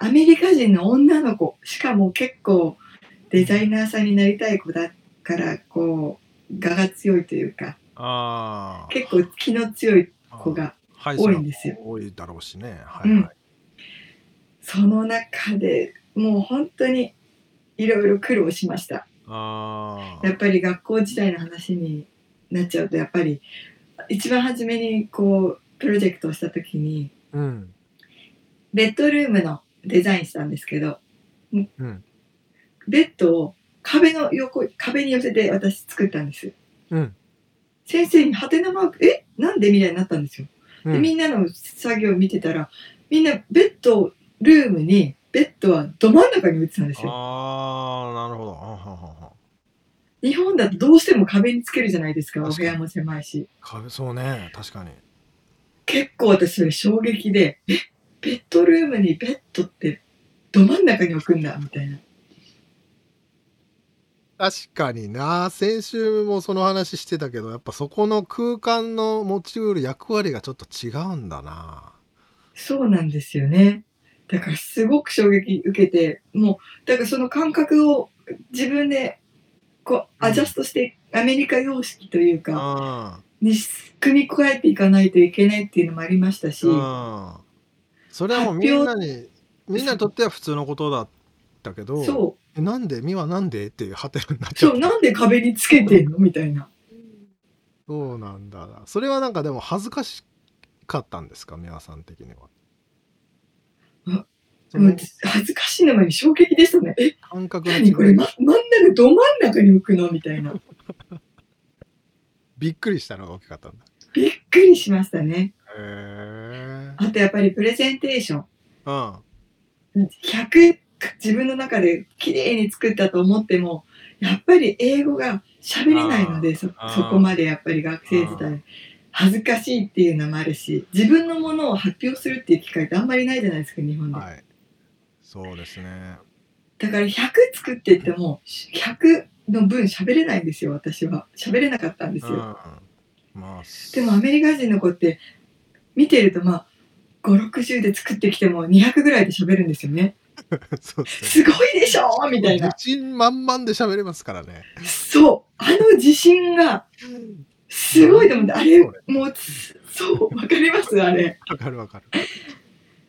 Speaker 5: アメリカ人の女の子しかも結構デザイナーさんになりたい子だからこう我が強いというか
Speaker 3: あー
Speaker 5: 結構気の強い子が
Speaker 3: はい、
Speaker 5: 多いんですよ
Speaker 3: それは多いだろうしね。はい、
Speaker 5: うん
Speaker 3: はい。
Speaker 5: その中でもう本当にいろいろ苦労しました
Speaker 3: あ
Speaker 5: やっぱり学校時代の話になっちゃうとやっぱり一番初めにこうプロジェクトをした時に
Speaker 3: あ。うん。
Speaker 5: ベッドルームのデザインしたんですけど、
Speaker 3: うん
Speaker 5: ベッドを壁の横壁に寄せて私作ったんです
Speaker 3: うん。
Speaker 5: 先生にハテナマークえなんでみたいになったんですよ
Speaker 3: う
Speaker 5: で
Speaker 3: ん
Speaker 5: みんなの作業を見てたらみんなベッドルームにベッドはど真ん中に置いてたんですよ
Speaker 3: ああ、なるほど。あははは
Speaker 5: 日本だとどうしても壁につけるじゃないですか、お
Speaker 3: 確か
Speaker 5: 部
Speaker 3: に
Speaker 5: 屋も狭いし。
Speaker 3: 壁、そうね、確かに。
Speaker 5: 結構私それ衝撃で、え、ベッドルームにベッドってど真ん中に置くんだ、みたいな。
Speaker 3: 確かにな、先週もその話してたけど、やっぱそこの空間の持ちうる役割がちょっと違うんだな。
Speaker 5: そうなんですよね。だからすごく衝撃受けて、もう、だからその感覚を自分でこう、アジャストして、アメリカ様式というか、
Speaker 3: あ
Speaker 5: に組み加えていかないといけないっていうのもありましたし、
Speaker 3: うん、それはもうみんなにみんなにとっては普通のことだったけど
Speaker 5: そう
Speaker 3: えなんで美はなんでっていうハテナになっちゃ
Speaker 5: そううなんで壁につけてんのみたいな
Speaker 3: そうなんだなそれはなんかでも恥ずかしかったんですか美和さん的には
Speaker 5: あ
Speaker 3: そ
Speaker 5: も
Speaker 3: の
Speaker 5: う恥ずかしいの前に衝撃でしたねえ
Speaker 3: 感覚の
Speaker 5: 何これ、
Speaker 3: 違い
Speaker 5: ま、真ん中ど真ん中に置くのみたいな
Speaker 3: びっくりしたのが大きかったんだ
Speaker 5: びっくりしましたね
Speaker 3: へえ
Speaker 5: あとやっぱりプレゼンテーション
Speaker 3: うん
Speaker 5: 100自分の中で綺麗に作ったと思ってもやっぱり英語が喋れないのでそ
Speaker 3: あー
Speaker 5: そこまでやっぱり学生時
Speaker 3: あ
Speaker 5: 代恥ずかしいっていうのもあるし自分のものを発表するっていう機会ってあんまりないじゃないですか日本で、
Speaker 3: はい。そうですね。
Speaker 5: だから100作ってっても100の分喋れないんですよ私は喋れなかったんです
Speaker 3: うん。
Speaker 5: よ、
Speaker 3: まあ、
Speaker 5: でもアメリカ人の子って見てるとまあ560で作ってきても200ぐらいで喋るんですよね
Speaker 3: そうですね。
Speaker 5: すごいでしょみたいな
Speaker 3: 自信満々で喋れますからね。
Speaker 5: そう、あの自信が、すごいと思って、あれ、もう、つそう、わかりますあれ。
Speaker 3: わかるわ かる。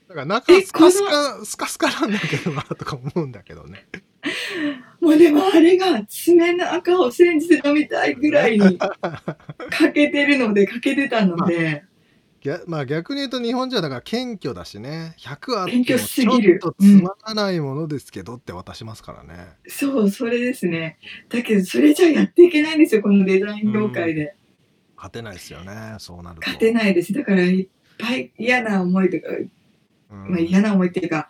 Speaker 3: だから中
Speaker 5: え
Speaker 3: スカスカスカスカなんだけどなとか思うんだけどね。
Speaker 5: もうでもあれが、爪の赤を煎じて飲みたいぐらいに、かけてるので、かけてたので、
Speaker 3: ぎゃまあ逆に言うと日本人はだから謙虚だしね。100あっても
Speaker 5: 謙虚す
Speaker 3: ち
Speaker 5: ぎる
Speaker 3: ょっとつまらないものですけどって渡しますからね。
Speaker 5: そう、それですね。だけど、それじゃやっていけないんですよ、このデザイン業界で。
Speaker 3: 勝てないですよね。そうなると。
Speaker 5: 勝てないです。だから、いっぱい嫌な思いとか、
Speaker 3: うん
Speaker 5: まあ、嫌な思いっていうか、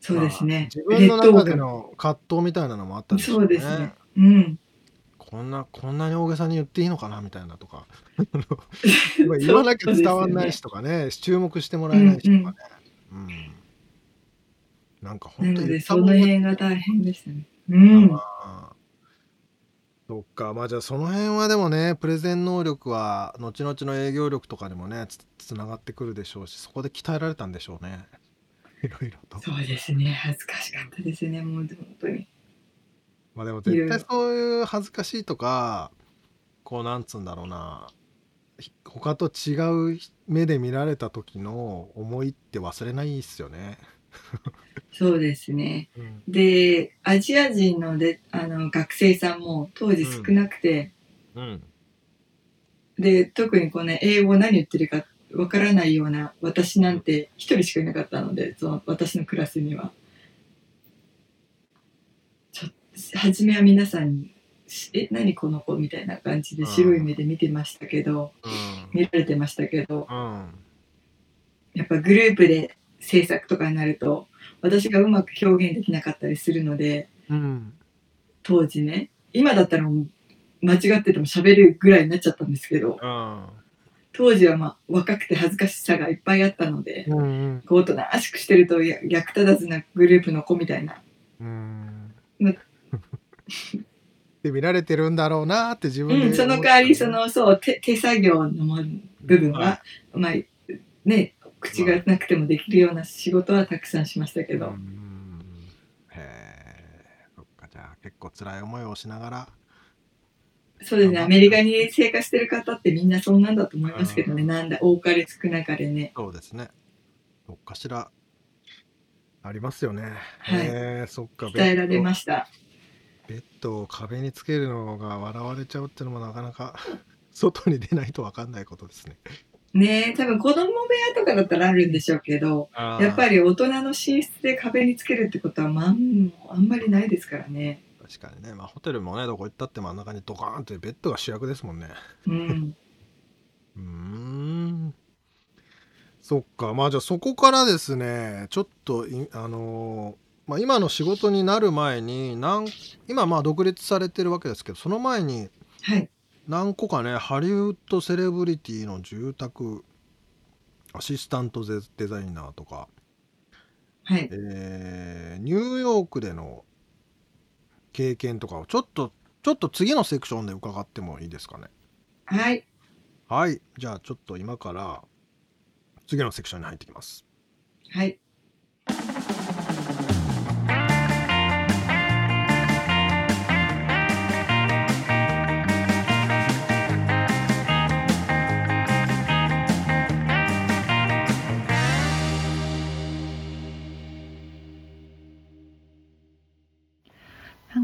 Speaker 5: そうです
Speaker 3: まあ
Speaker 5: ね
Speaker 3: 自。分の中での葛藤みたいなのもあったんでしょ
Speaker 5: そうですね。うん。
Speaker 3: こんなこんなに大げさに言っていいのかなみたいなと かまあ言わなきゃ伝わんないしとかね注目してもらえないしとかね、うんなんか
Speaker 5: な
Speaker 3: 本当に
Speaker 5: ので、
Speaker 3: 言った
Speaker 5: そ
Speaker 3: もん
Speaker 5: の
Speaker 3: 勝ち
Speaker 5: 辺が大変でしたね。うん。
Speaker 3: あーそっかまあじゃあその辺はでもねプレゼン能力は後々の営業力とかにもねつつながってくるでしょうしそこで鍛えられたんでしょうね いろいろと。
Speaker 5: そうですね、恥ずかしかったですね、もう本当に。
Speaker 3: まあでも
Speaker 5: いろ
Speaker 3: 絶
Speaker 5: いろ
Speaker 3: 対そういう恥ずかしいとかこうなんつうんだろうなひ他と違う目で見られた時の思いって忘れないっすよね。
Speaker 5: そうですね。
Speaker 3: うん
Speaker 5: で、アジア人のであの学生さんも当時少なくて、
Speaker 3: うん
Speaker 5: で、特にこの英語何言ってるかわからないような私なんて一人しかいなかったので、その私のクラスには。ちょっと、初めは皆さんに、しえ、何この子みたいな感じで白い目で見てましたけど、見られてましたけど、
Speaker 3: うん
Speaker 5: やっぱグループで制作とかになると私がうまく表現できなかったりするので
Speaker 3: うん
Speaker 5: 当時ね今だったらもう間違ってても喋るぐらいになっちゃったんですけど
Speaker 3: うん
Speaker 5: 当時はまあ若くて恥ずかしさがいっぱいあったので
Speaker 3: うん
Speaker 5: こうおとなしくしてるとや役立たずなグループの子みたいな
Speaker 3: うん
Speaker 5: む
Speaker 3: で見られてるんだろうなって自
Speaker 5: う
Speaker 3: 分で、
Speaker 5: んその代わりそのそう手手作業のも部分はまあね口がなくてもできるような仕事はたくさんしましたけ
Speaker 3: う
Speaker 5: ど
Speaker 3: んへえそっかじゃあ結構辛い思いをしながら
Speaker 5: そうですね、アメリカに生活してる方ってみんなそんなんだと思いますけどね、なんだ、多かれ少なかれね。
Speaker 3: そうですね。どっかしらありますよね。
Speaker 5: はい
Speaker 3: えーそっか。
Speaker 5: 鍛えられました。
Speaker 3: ベッドベッドを壁につけるのが笑われちゃうってのもなかなか 外に出ないとわかんないことですね。
Speaker 5: ねえ、多分子供部屋とかだったらあるんでしょうけど、やっぱ
Speaker 3: り
Speaker 5: り大人の寝室で壁につけるってことは、まあ、うんあんまりないですからね。
Speaker 3: 確かにね、まあホテルもねどこ行ったって真ん中にドカーンってベッドが主役ですもんね。
Speaker 5: うん。
Speaker 3: うーん。そっか。まあじゃあそこからですね、ちょっとい、あのーまあ今の仕事になる前に、なん今まあ独立されてるわけですけど、その前に
Speaker 5: はい。
Speaker 3: 何個かね、ハリウッドセレブリティの住宅アシスタントデデザイナーとか、
Speaker 5: はい。
Speaker 3: えーニューヨークでの経験とかをちょっと、ちょっと次のセクションで伺ってもいいですかね。
Speaker 5: はい。
Speaker 3: はい。じゃあちょっと今から次のセクションに入ってきます。
Speaker 5: はい。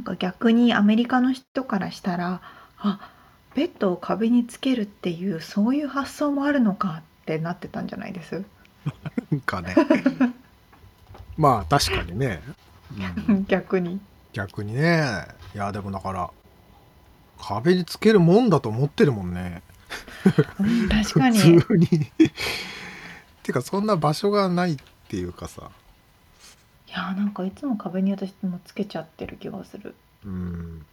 Speaker 1: か逆にアメリカの人からしたらあベッドを壁につけるっていうそういう発想もあるのかってなってたんじゃない です
Speaker 3: なんかね まあ確かにね、うん
Speaker 1: 逆に
Speaker 3: 逆にねいやでもだから壁につけるもんだと思ってるもんね
Speaker 1: うん確かに
Speaker 3: 普通に てかそんな場所がないっていうかさ
Speaker 1: いやーなんかいつも壁に私もつけちゃってる気がする
Speaker 3: うん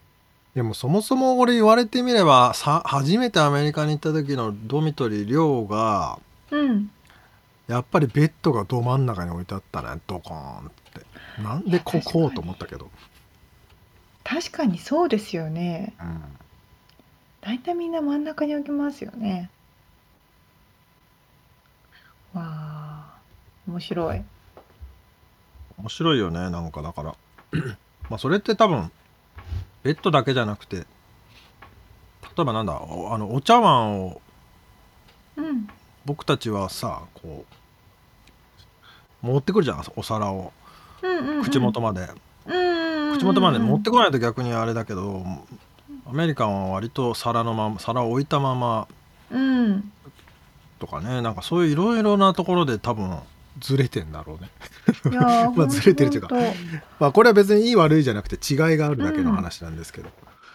Speaker 3: でもそもそも俺言われてみればさ初めてアメリカに行った時のドミトリー寮が
Speaker 1: うん
Speaker 3: やっぱりベッドがど真ん中に置いてあったねドコーンってなんでこ
Speaker 1: いや確か
Speaker 3: こ
Speaker 1: に
Speaker 3: と思ったけど、
Speaker 1: 確かにそうですよね
Speaker 3: うん、
Speaker 1: 大体みんな真ん中に置きますよねわあ面白い
Speaker 3: 面白いよねなんかだから まあそれって多分ベッドだけじゃなくて例えばなんだおあのお茶碗を
Speaker 1: うん
Speaker 3: 僕たちはさこう持ってくるじゃんお皿を
Speaker 1: うんうんうん
Speaker 3: 口元まで、
Speaker 1: うんうんうんうん
Speaker 3: 口元まで持ってこないと逆にあれだけどアメリカンは割と皿のまま皿を置いたまま
Speaker 1: うん
Speaker 3: とかねなんかそういういろいろなところで多分ずれてんだろうね
Speaker 1: いやー
Speaker 3: まあずれてるっていうか
Speaker 1: ほんとほんと
Speaker 3: まあこれは別にいい悪いじゃなくて違いがあるだけの話なんですけど、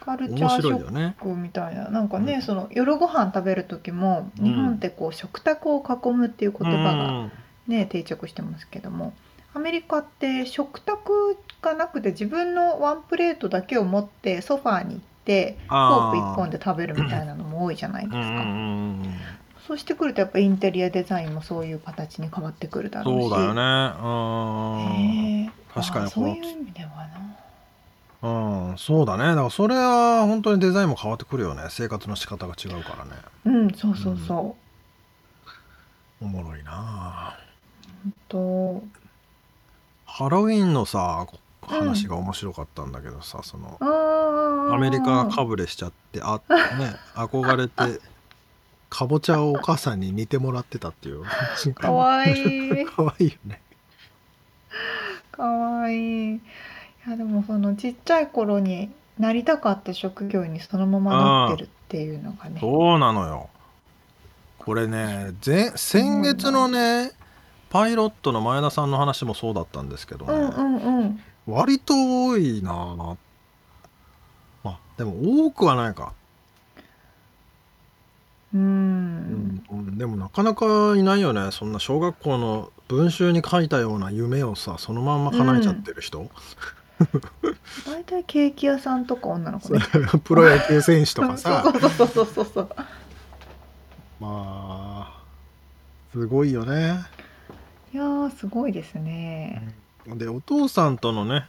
Speaker 1: カルチャ
Speaker 3: 面
Speaker 1: ーシ
Speaker 3: 白
Speaker 1: ョ
Speaker 3: いよ
Speaker 1: ッ
Speaker 3: ね
Speaker 1: クみたいななんかね、
Speaker 3: うん
Speaker 1: その夜ご飯食べる時も
Speaker 3: うん
Speaker 1: 日本ってこう食卓を囲むっていう言葉が
Speaker 3: うん
Speaker 1: ね、定着してますけどもアメリカって食卓がなくて自分のワンプレートだけを持ってソファーに行ってフォーク1本で食べるみたいなのも多いじゃないです
Speaker 3: うんうん
Speaker 1: か、
Speaker 3: うんうん
Speaker 1: そうしてくるとやっぱインテリアデザインもそういう形に変わってくるだろうし
Speaker 3: そうだよねう
Speaker 1: へー
Speaker 3: ん、確か
Speaker 1: あー
Speaker 3: にこ
Speaker 1: そうういう意味ではな
Speaker 3: うん、そうだねだからそれは本当にデザインも変わってくるよね生活の仕方が違うからね
Speaker 1: うんそうそうそう、
Speaker 3: おもろいなあ
Speaker 1: と
Speaker 3: ハロウィンのさ話が面白かったんだけどさ、その
Speaker 1: ア
Speaker 3: アメリカがかぶれしちゃってあ、ね、憧れてかぼちゃをお母さんに似てもらってたっていう話
Speaker 1: かわいい
Speaker 3: かわいいよね
Speaker 1: かわいいいやでもそのちっちゃい頃になりたかった職業にそのままなってるっていうのがね
Speaker 3: そうなのよこれね前先月のねパイロットの前田さんの話もそうだったんですけどね、
Speaker 1: うんうんうん
Speaker 3: 割と多いなああでも多くはないか、
Speaker 1: う
Speaker 3: うんんでもなかなかいないよねそんな小学校の文集に書いたような夢をさそのまんま叶えちゃってる人、
Speaker 1: 大体ケーキ屋さんとか女の子ね
Speaker 3: プロ野球選手とかさ
Speaker 1: そうそうそうそうそう
Speaker 3: まあすごいよね
Speaker 1: いやーすごいですね
Speaker 3: でお父さんとのね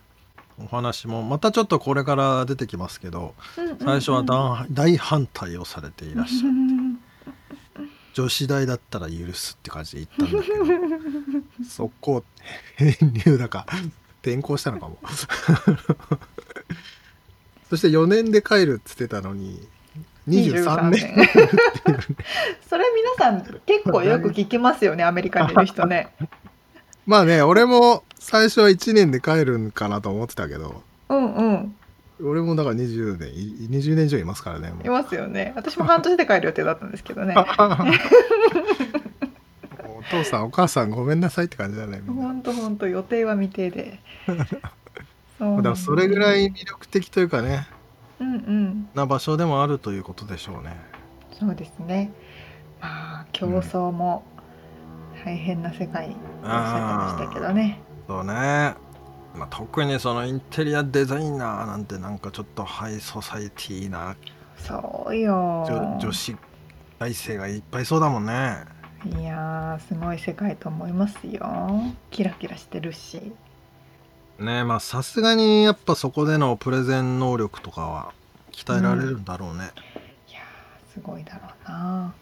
Speaker 3: お話もまたちょっとこれから出てきますけど最初は
Speaker 1: ン
Speaker 3: 大大反対をされていらっしゃる女子大だったら許すって感じで言ったんだけど速攻編入だか転校したのかも そして4年で帰るっつってたのに23年
Speaker 1: それ皆さん結構よく聞きますよねアメリカにいる人ね
Speaker 3: まあね俺も最初は1年で帰るんかなと思ってたけど
Speaker 1: うんうん
Speaker 3: 俺もだから20年い20年以上いますからねもう
Speaker 1: いますよね私も半年で帰る予定だったんですけどね
Speaker 3: お父さんお母さんごめんなさいって感じだねみんな
Speaker 1: ほんとほんと予定は未定 でそう
Speaker 3: だ
Speaker 1: なん
Speaker 3: か
Speaker 1: だ
Speaker 3: らそれぐらい魅力的というかね
Speaker 1: うんうん
Speaker 3: な場所でもあるということでしょうね
Speaker 1: そうですねまあ競争も大変な世界っておっしゃってましたけどね
Speaker 3: そうね、まあ、特にそのインテリアデザイナーなんてなんかちょっとハイソサイティーな
Speaker 1: そうよ
Speaker 3: 女女子大生がいっぱいそうだもんね
Speaker 1: いやーすごい世界と思いますよキラキラしてるし
Speaker 3: ねまあさすがにやっぱそこでのプレゼン能力とかは鍛えられるんだろうね、
Speaker 1: いやーすごいだろうな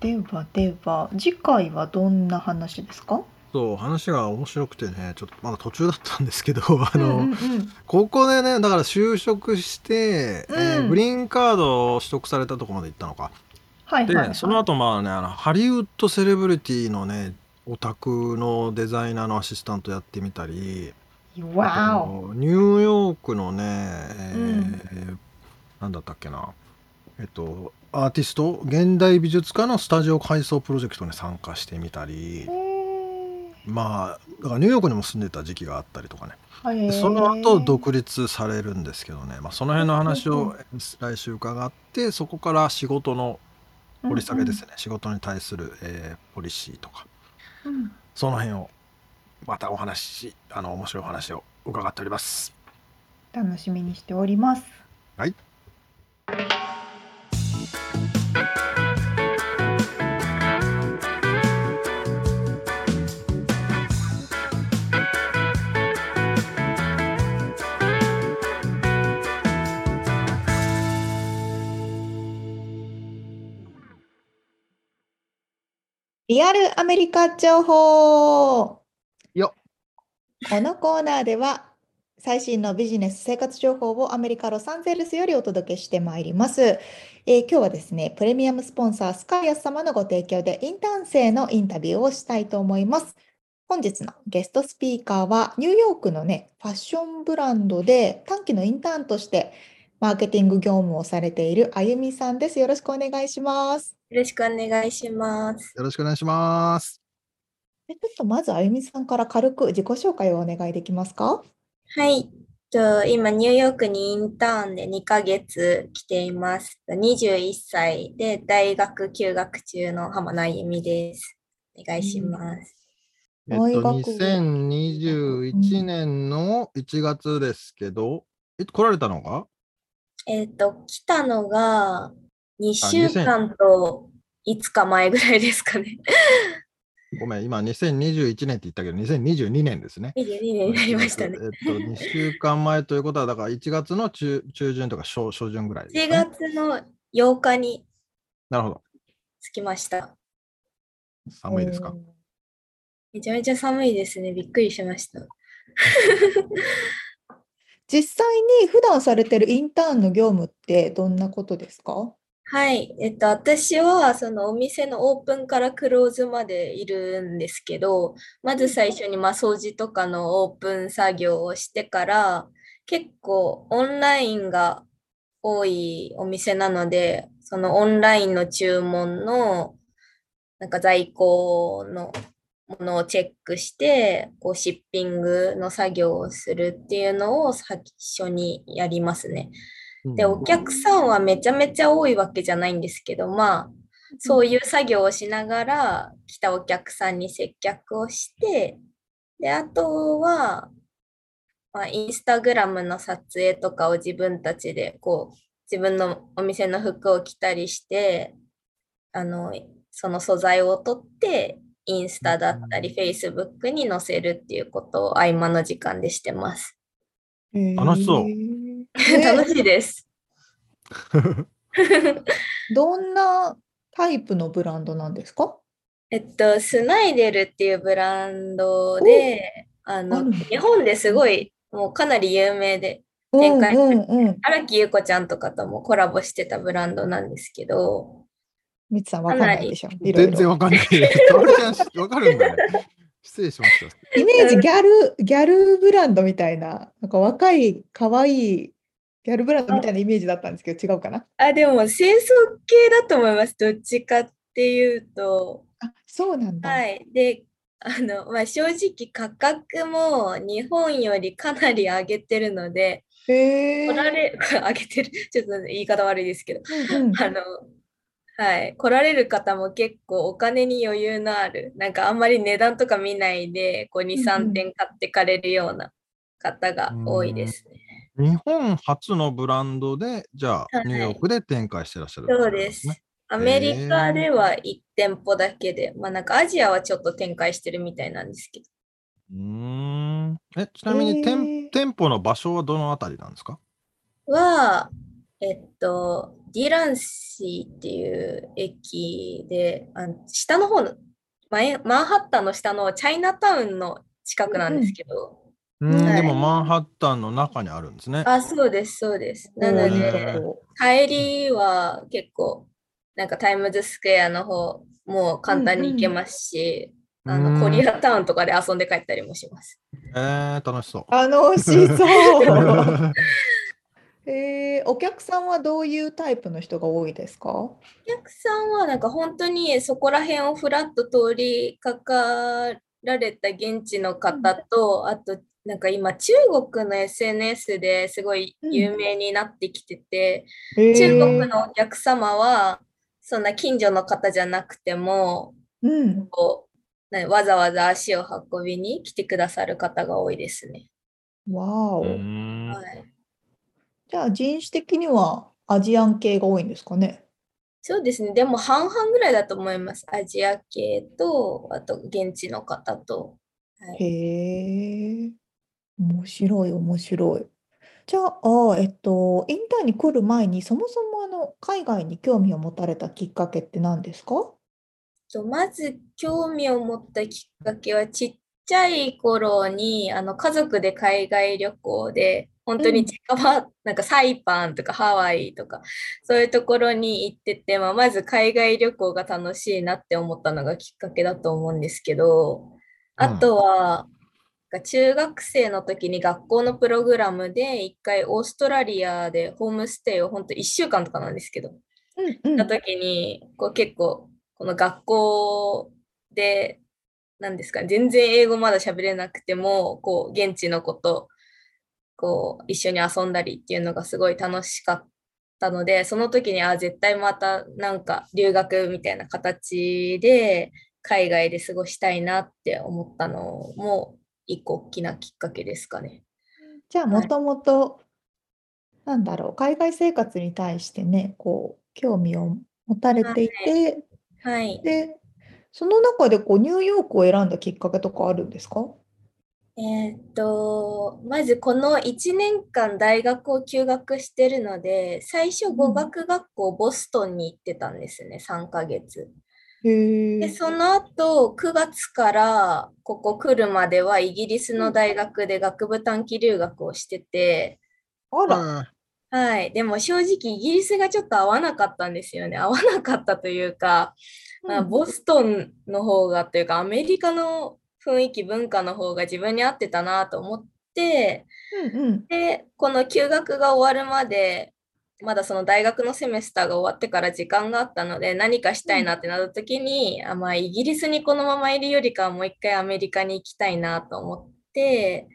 Speaker 1: ではでは次回はどんな話ですか
Speaker 3: そう話が面白くてねちょっとまだ途中だったんですけど あの、
Speaker 1: うんうんうん
Speaker 3: ここでねだから就職して、えー
Speaker 1: うん
Speaker 3: グリーンカードを取得されたとこまで行ったのか
Speaker 1: はい
Speaker 3: で、
Speaker 1: はい、はい、
Speaker 3: その後まあねあのハリウッドセレブリティのねお宅のデザイナーのアシスタントやってみたり
Speaker 1: い
Speaker 4: わお。
Speaker 3: あとニューヨークのね、えーなんだったっけなえっとアーティスト現代美術家のスタジオ改装プロジェクトに参加してみたり
Speaker 4: へー
Speaker 3: まあだからニューヨークにも住んでた時期があったりとかね
Speaker 4: へー
Speaker 3: その後独立されるんですけどね、まあ、その辺の話を来週伺ってそこから仕事の掘り下げですね、仕事に対する、えーポリシーとか
Speaker 4: うんうん
Speaker 3: その辺をまたお話しあの面白いお話を伺っております。
Speaker 4: 楽しみにしております。
Speaker 3: はい。
Speaker 1: リアルアメリカ情報
Speaker 3: よ
Speaker 1: このコーナーでは最新のビジネス生活情報をアメリカ・ロサンゼルスよりお届けしてまいります。えー今日はですね、プレミアムスポンサースカイアス様のご提供でインターン生のインタビューをしたいと思います。本日のゲストスピーカーはニューヨークのね、ファッションブランドで短期のインターンとしてマーケティング業務をされているあゆみさんです。よろしくお願いします。
Speaker 6: よろしくお願いします。
Speaker 3: よろしくお願いします。
Speaker 1: えちょっとまずあゆみさんから軽く自己紹介をお願いできますか
Speaker 6: はい。と今、ニューヨークにインターンで2ヶ月来ています。21歳で大学休学中の浜野あゆみです。お願いします。
Speaker 3: えっと、
Speaker 1: 大学を
Speaker 3: 2021年の1月ですけど、え来られたのが
Speaker 6: えっ、と、来たのが2週
Speaker 3: 2000
Speaker 6: 間と5日前ぐらいですかね。
Speaker 3: ごめん、今2021年って言ったけど、2022年ですね。
Speaker 6: 22年になりましたね。
Speaker 3: えっと、2週間前ということは、だから1月の中中旬とか初初旬ぐらいです
Speaker 6: 1
Speaker 3: かね、
Speaker 6: 月の8日に
Speaker 3: なるほど。
Speaker 6: 着きました。
Speaker 3: 寒いですか
Speaker 1: う。ん
Speaker 6: めちゃめちゃ寒いですね。びっくりしました。
Speaker 1: 実際に普段されてるインターンの業務ってどんなことですか
Speaker 6: はい、えっと、私はそのお店のオープンからクローズまでいるんですけど、まず最初にまあ掃除とかのオープン作業をしてから、結構オンラインが多いお店なので、そのオンラインの注文のなんか在庫のものをチェックして、こうシッピングの作業をするっていうのを最初にやりますね。で、
Speaker 3: うん
Speaker 6: お客さんはめちゃめちゃ多いわけじゃないんですけど、まあ、そういう作業をしながら、来たお客さんに接客をして、で、あとは、まあ、インスタグラムの撮影とかを自分たちで、こう、自分のお店の服を着たりして、あの、その素材を取って、インスタだったり、フェイスブックに載せるっていうことを合間の時間でしてます。
Speaker 3: 楽しそう
Speaker 1: へー
Speaker 6: 楽しいです。
Speaker 1: どんなタイプのブランドなんですか
Speaker 6: えっと、スナイデルっていうブランドで、あ
Speaker 1: あ
Speaker 6: の、
Speaker 1: るんだ
Speaker 6: 日本ですごい、もうかなり有名で、前回
Speaker 1: うんうんうん。
Speaker 6: 荒木優子ちゃんとかともコラボしてたブランドなんですけど、
Speaker 1: みつさんわかんないでしょ。いろい
Speaker 3: 全然
Speaker 1: ろ。
Speaker 3: わかんない。トラルちゃんしわかるんだね。失礼しました。
Speaker 1: イメージギャル、ギャルブランドみたいな、なんか若い、可愛いギャルブランドみたいなイメージだったんですけど、違うかな
Speaker 6: あ、でも清掃系だと思います。どっちかっていうと。
Speaker 1: あ、そうなんだ。
Speaker 6: はい。で、あの、まあ、正直価格も日本よりかなり上げてるので、
Speaker 1: へえ。
Speaker 6: 来られ、 上げてる。ちょっと言い方悪いですけど、
Speaker 1: うんうん
Speaker 6: あの、はい、来られる方も結構お金に余裕のある、なんかあんまり値段とか見ないで、こう2、
Speaker 1: うんうん
Speaker 6: 3点買ってかれるような方が多いですね。
Speaker 3: 日本初のブランドで、じゃあ、
Speaker 6: はい
Speaker 3: ニューヨークで展開してらっしゃる、
Speaker 6: そうです。。アメリカでは1店舗だけで、まあなんかアジアはちょっと展開してるみたいなんですけど、
Speaker 3: うーん。え、ちなみに、店
Speaker 1: へー
Speaker 3: 店舗の場所はどのあたりなんですか
Speaker 6: は、えっと、ディランシーっていう駅で、あの下の方の、マンマンハッタンの下のチャイナタウンの近くなんですけど、
Speaker 3: うーん、
Speaker 6: はい
Speaker 3: でもマンハッタンの中にある んですね。
Speaker 6: あ、そうです、そうです。なの
Speaker 3: う
Speaker 6: で、
Speaker 3: ん
Speaker 6: 帰りは結構、なんかタイムズスクエアの方、もう簡単に行けますし、あ
Speaker 3: う
Speaker 6: の
Speaker 3: ん
Speaker 6: コリアタウンとかで遊んで帰ったりもします。
Speaker 3: えー、楽しそう。
Speaker 4: 楽しそう。
Speaker 1: えー、お客さんはどういうタイプの人が多いですか
Speaker 6: お客さんはなんか本当にそこら辺をふらっと通りかかられた現地の方と、あとなんか今中国の SNS ですごい有名になってきてて、中国のお客様はそんな近所の方じゃなくても
Speaker 1: うん。
Speaker 6: こうなわざわざ足を運びに来てくださる方が多いですね。
Speaker 1: わお。
Speaker 3: うん
Speaker 6: はい
Speaker 1: じゃあ人種的にはアジアン系が多いんですかね。
Speaker 6: そうですね。でも半々ぐらいだと思います。アジア系と、あと現地の方と。はい
Speaker 1: へえ。面白い面白い。じゃあ、えっと、インターンに来る前にそもそもあの海外に興味を持たれたきっかけって何ですか
Speaker 6: とまず興味を持ったきっかけは、ちっちゃい頃に、あの、家族で海外旅行で、本当
Speaker 1: う
Speaker 6: に
Speaker 1: ん
Speaker 6: 近場、なんかサイパンとかハワイとか、そういうところに行ってて、まあ、まず海外旅行が楽しいなって思ったのがきっかけだと思うんですけど、あとは、が中学生の時に学校のプログラムで一回オーストラリアでホームステイを本当1週間とかなんですけど、
Speaker 1: うんう
Speaker 6: の時にこう結構この学校で何ですかね全然英語まだ喋れなくてもこう現地の子とこう一緒に遊んだりっていうのがすごい楽しかったのでその時にあ絶対またなんか留学みたいな形で海外で過ごしたいなって思ったのも一個大きなきっかけですかね。
Speaker 1: じゃあ
Speaker 6: は
Speaker 1: も
Speaker 6: い
Speaker 1: ともと、なんだろう、海外生活に対してね、こう、興味を持たれていて、
Speaker 6: はい、
Speaker 1: で、その中でこうニューヨークを選んだきっかけとかあるんですか
Speaker 6: えーっと、まずこの1年間大学を休学してるので、最初語学学校ボストンに行ってたんですね、3ヶ月。
Speaker 1: へえ。
Speaker 6: で、その後9月からここ来るまではイギリスの大学で学部短期留学をしてて、
Speaker 1: あら、
Speaker 6: はい、でも正直イギリスがちょっと合わなかったんですよね。合わなかったというか、まあ、
Speaker 1: うん
Speaker 6: ボストンの方がというかアメリカの雰囲気文化の方が自分に合ってたなと思って、
Speaker 1: うんうん。
Speaker 6: で、この休学が終わるまで、まだその大学のセメスターが終わってから時間があったので、何かしたいなってなった時に、あまあ、イギリスにこのままいるよりかはもう一回アメリカに行きたいなと思って、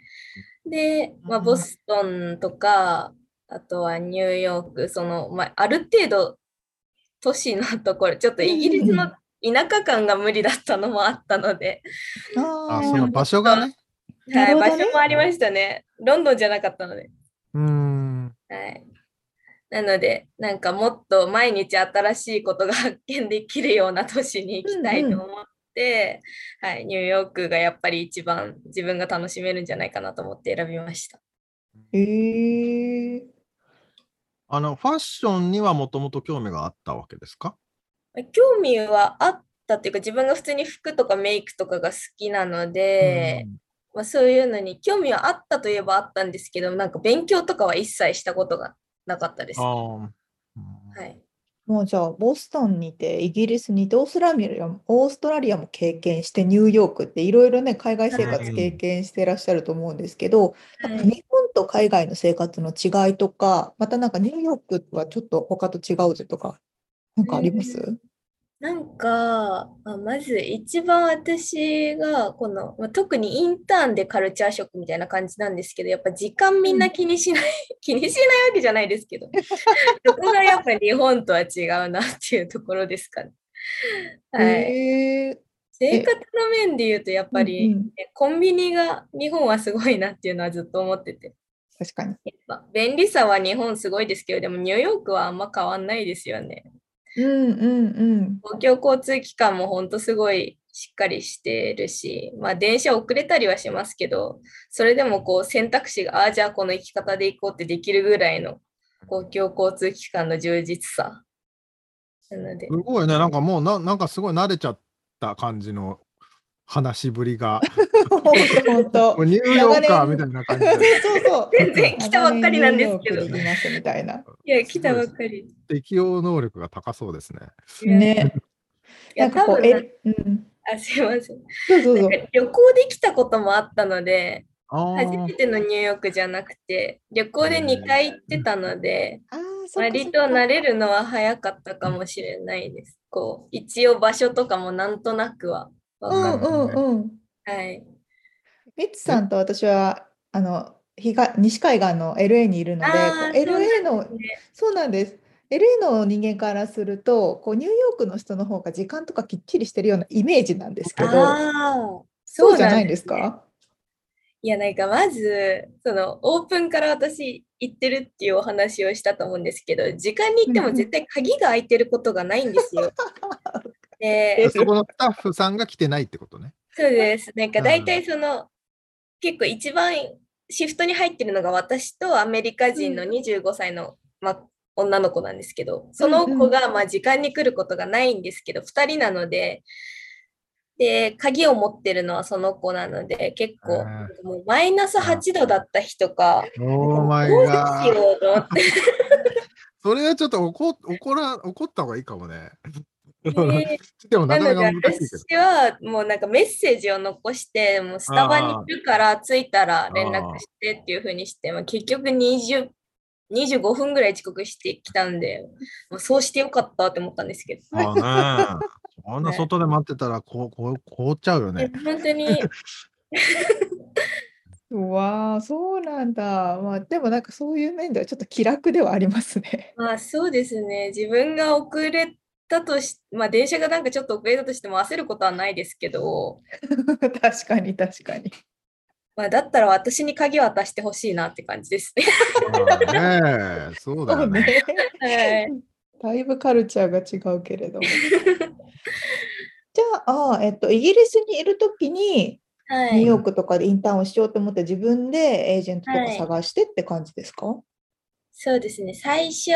Speaker 6: で、まあ、
Speaker 1: うん
Speaker 6: ボストンとか、あとはニューヨーク、その、まあ、ある程度、都市のところ、ちょっとイギリスの田舎感が無理だったのもあったので、
Speaker 1: あ
Speaker 3: あ、
Speaker 1: あ、
Speaker 3: その場所がね。
Speaker 1: な
Speaker 6: は
Speaker 1: る
Speaker 6: い、
Speaker 1: ほ
Speaker 6: 場
Speaker 1: どね
Speaker 6: 所もありましたね。ロンドンじゃなかったので。
Speaker 3: うん。
Speaker 6: はい。なので、なんかもっと毎日新しいことが発見できるような都市に行きたいと思って、はい、ニューヨークがやっぱり一番自分が楽しめるんじゃないかなと思って選びました。
Speaker 1: へえ。
Speaker 3: あの、ファッションにはもともと興味があったわけですか
Speaker 6: 興味はあったっていうか、自分が普通に服とかメイクとかが好きなので、まあ、そういうのに興味はあったといえばあったんですけど、なんか勉強とかは一切したことがなかったです。
Speaker 3: うん
Speaker 6: は
Speaker 3: あー
Speaker 6: い、
Speaker 1: もうじゃあ、ボストンにて、イギリスにて、オーストラリアも、オーストラリアも経験して、ニューヨークっていろいろね、海外生活
Speaker 3: はい
Speaker 1: 経験してらっしゃると思うんですけど、なんか
Speaker 6: はい
Speaker 1: 日本と海外の生活の違いとか、またなんかニューヨークはちょっと他と違うぜとか、なんかあります
Speaker 6: うんなんか、あまず一番私がこの、まあ特にインターンでカルチャーショックみたいな感じなんですけど、やっぱ時間みんな気にしない、 気にしないわけじゃないですけど、そこがやっぱ日本とは違うなっていうところですかね。はい。
Speaker 1: へえ。
Speaker 6: 生活の面で言うと、やっぱり、
Speaker 1: うんうん
Speaker 6: ねコンビニが日本はすごいなっていうのはずっと思ってて、
Speaker 1: 確かに。
Speaker 6: やっぱ便利さは日本すごいですけど、でもニューヨークはあんま変わんないですよね。
Speaker 1: うんうんうん。
Speaker 6: 公共交通機関も本当すごいしっかりしてるし、まあ、電車遅れたりはしますけど、それでもこう選択肢が、ああ、じゃあこの行き方で行こうってできるぐらいの公共交通機関の充実さ。なので
Speaker 3: うん、すごいね。なんかもうな、なんかすごい慣れちゃった感じの話しぶ りが。
Speaker 1: 本当
Speaker 3: もうニューヨーカーみたいな感じで。
Speaker 1: そう そう。
Speaker 6: 全然来たばっかりなんですけど
Speaker 1: 長年ニューヨーク、にいますみたいな。
Speaker 6: いや、来たばっかり。
Speaker 3: 適応能力が高そうですね。
Speaker 1: ね。
Speaker 6: いや、
Speaker 1: なんか
Speaker 6: 多
Speaker 1: こう、
Speaker 6: 分
Speaker 1: え、うん。
Speaker 6: あすいません。
Speaker 1: どうぞどう
Speaker 6: な
Speaker 1: ぞ
Speaker 6: んか。旅行できたこともあったので、
Speaker 3: あー
Speaker 6: 初めてのニューヨークじゃなくて、旅行で2回行ってたので、
Speaker 1: あーそっか
Speaker 6: 割と
Speaker 1: そっか
Speaker 6: 慣れるのは早かったかもしれないです。こう一応場所とかもなんとなくは
Speaker 1: う
Speaker 6: 分か
Speaker 1: ん
Speaker 6: っ
Speaker 1: うんうん。
Speaker 6: はい。
Speaker 1: ミッツさんと私はあの東西海岸の LA にいるので、こう
Speaker 6: あー
Speaker 1: LA の
Speaker 6: そう
Speaker 1: そうな
Speaker 6: なんですね
Speaker 1: んです。LA の人間からすると、こうニューヨークの人の方が時間とかきっちりしてるようなイメージなんですけど、
Speaker 6: ああ、
Speaker 1: そうじゃないん
Speaker 6: ん
Speaker 1: です
Speaker 6: ね
Speaker 1: か？
Speaker 6: いや、なんかまず、そのオープンから私行ってるっていうお話をしたと思うんですけど、時間に行って
Speaker 1: うんう
Speaker 6: も
Speaker 1: ん
Speaker 6: 絶対鍵が開いてることがないんで すよ。
Speaker 3: え
Speaker 6: で、
Speaker 3: そこのスタッフさんが来てないってこ とね。
Speaker 6: そうです。なんか
Speaker 3: うん
Speaker 6: 大体その、結構一番シフトに入ってるのが私とアメリカ人の
Speaker 1: う
Speaker 6: 25歳の、ま、女の子なんですけど、その子がまあ時間に来ることがないんですけど、2人なので、で、鍵を持ってるのはその子なので、結構、もうマイナス8度だった日とか、
Speaker 3: おーマイ
Speaker 6: どう
Speaker 3: ガ
Speaker 6: しよ
Speaker 3: ー。
Speaker 6: うと思って、
Speaker 3: それはちょっと怒怒ら怒った方がいいかもね。
Speaker 6: ね
Speaker 3: でもな
Speaker 6: な
Speaker 3: かな
Speaker 6: の
Speaker 3: か
Speaker 6: で
Speaker 3: 難しいけど。
Speaker 6: 私はもうなんかメッセージを残して、もうスタバにいるから着いたら連絡してっていう風にして、まあ、結局20 25分ぐらい遅刻してきたんで、もうそうしてよかったって思ったんですけど、
Speaker 3: ああね。こんな
Speaker 6: ね
Speaker 3: 外で待ってたらこうこう凍っちゃう よね。
Speaker 6: 本当 に、
Speaker 1: うわあ、そうなんだ。まあでもなんかそういう面ではちょっと気楽ではありますね。
Speaker 6: まあそうですね、自分が遅れたとし、まあ電車がなんかちょっと遅れたとしても焦ることはないですけど、
Speaker 1: 確かに確かに。
Speaker 6: まあだったら私に鍵渡してほしいなって感じです ね。
Speaker 3: まあねそうだ
Speaker 1: そ
Speaker 3: よ
Speaker 1: う
Speaker 3: ね。
Speaker 1: ね。
Speaker 6: はい。
Speaker 1: だいぶカルチャーが違うけれども。じゃあ、あえっと、イギリスにいるときに、
Speaker 6: は
Speaker 1: ニュー
Speaker 6: い
Speaker 1: ヨークとかでインターンをしようと思って、自分でエージェントとか
Speaker 6: はい
Speaker 1: 探してって感じですか、
Speaker 6: そうですね、最初、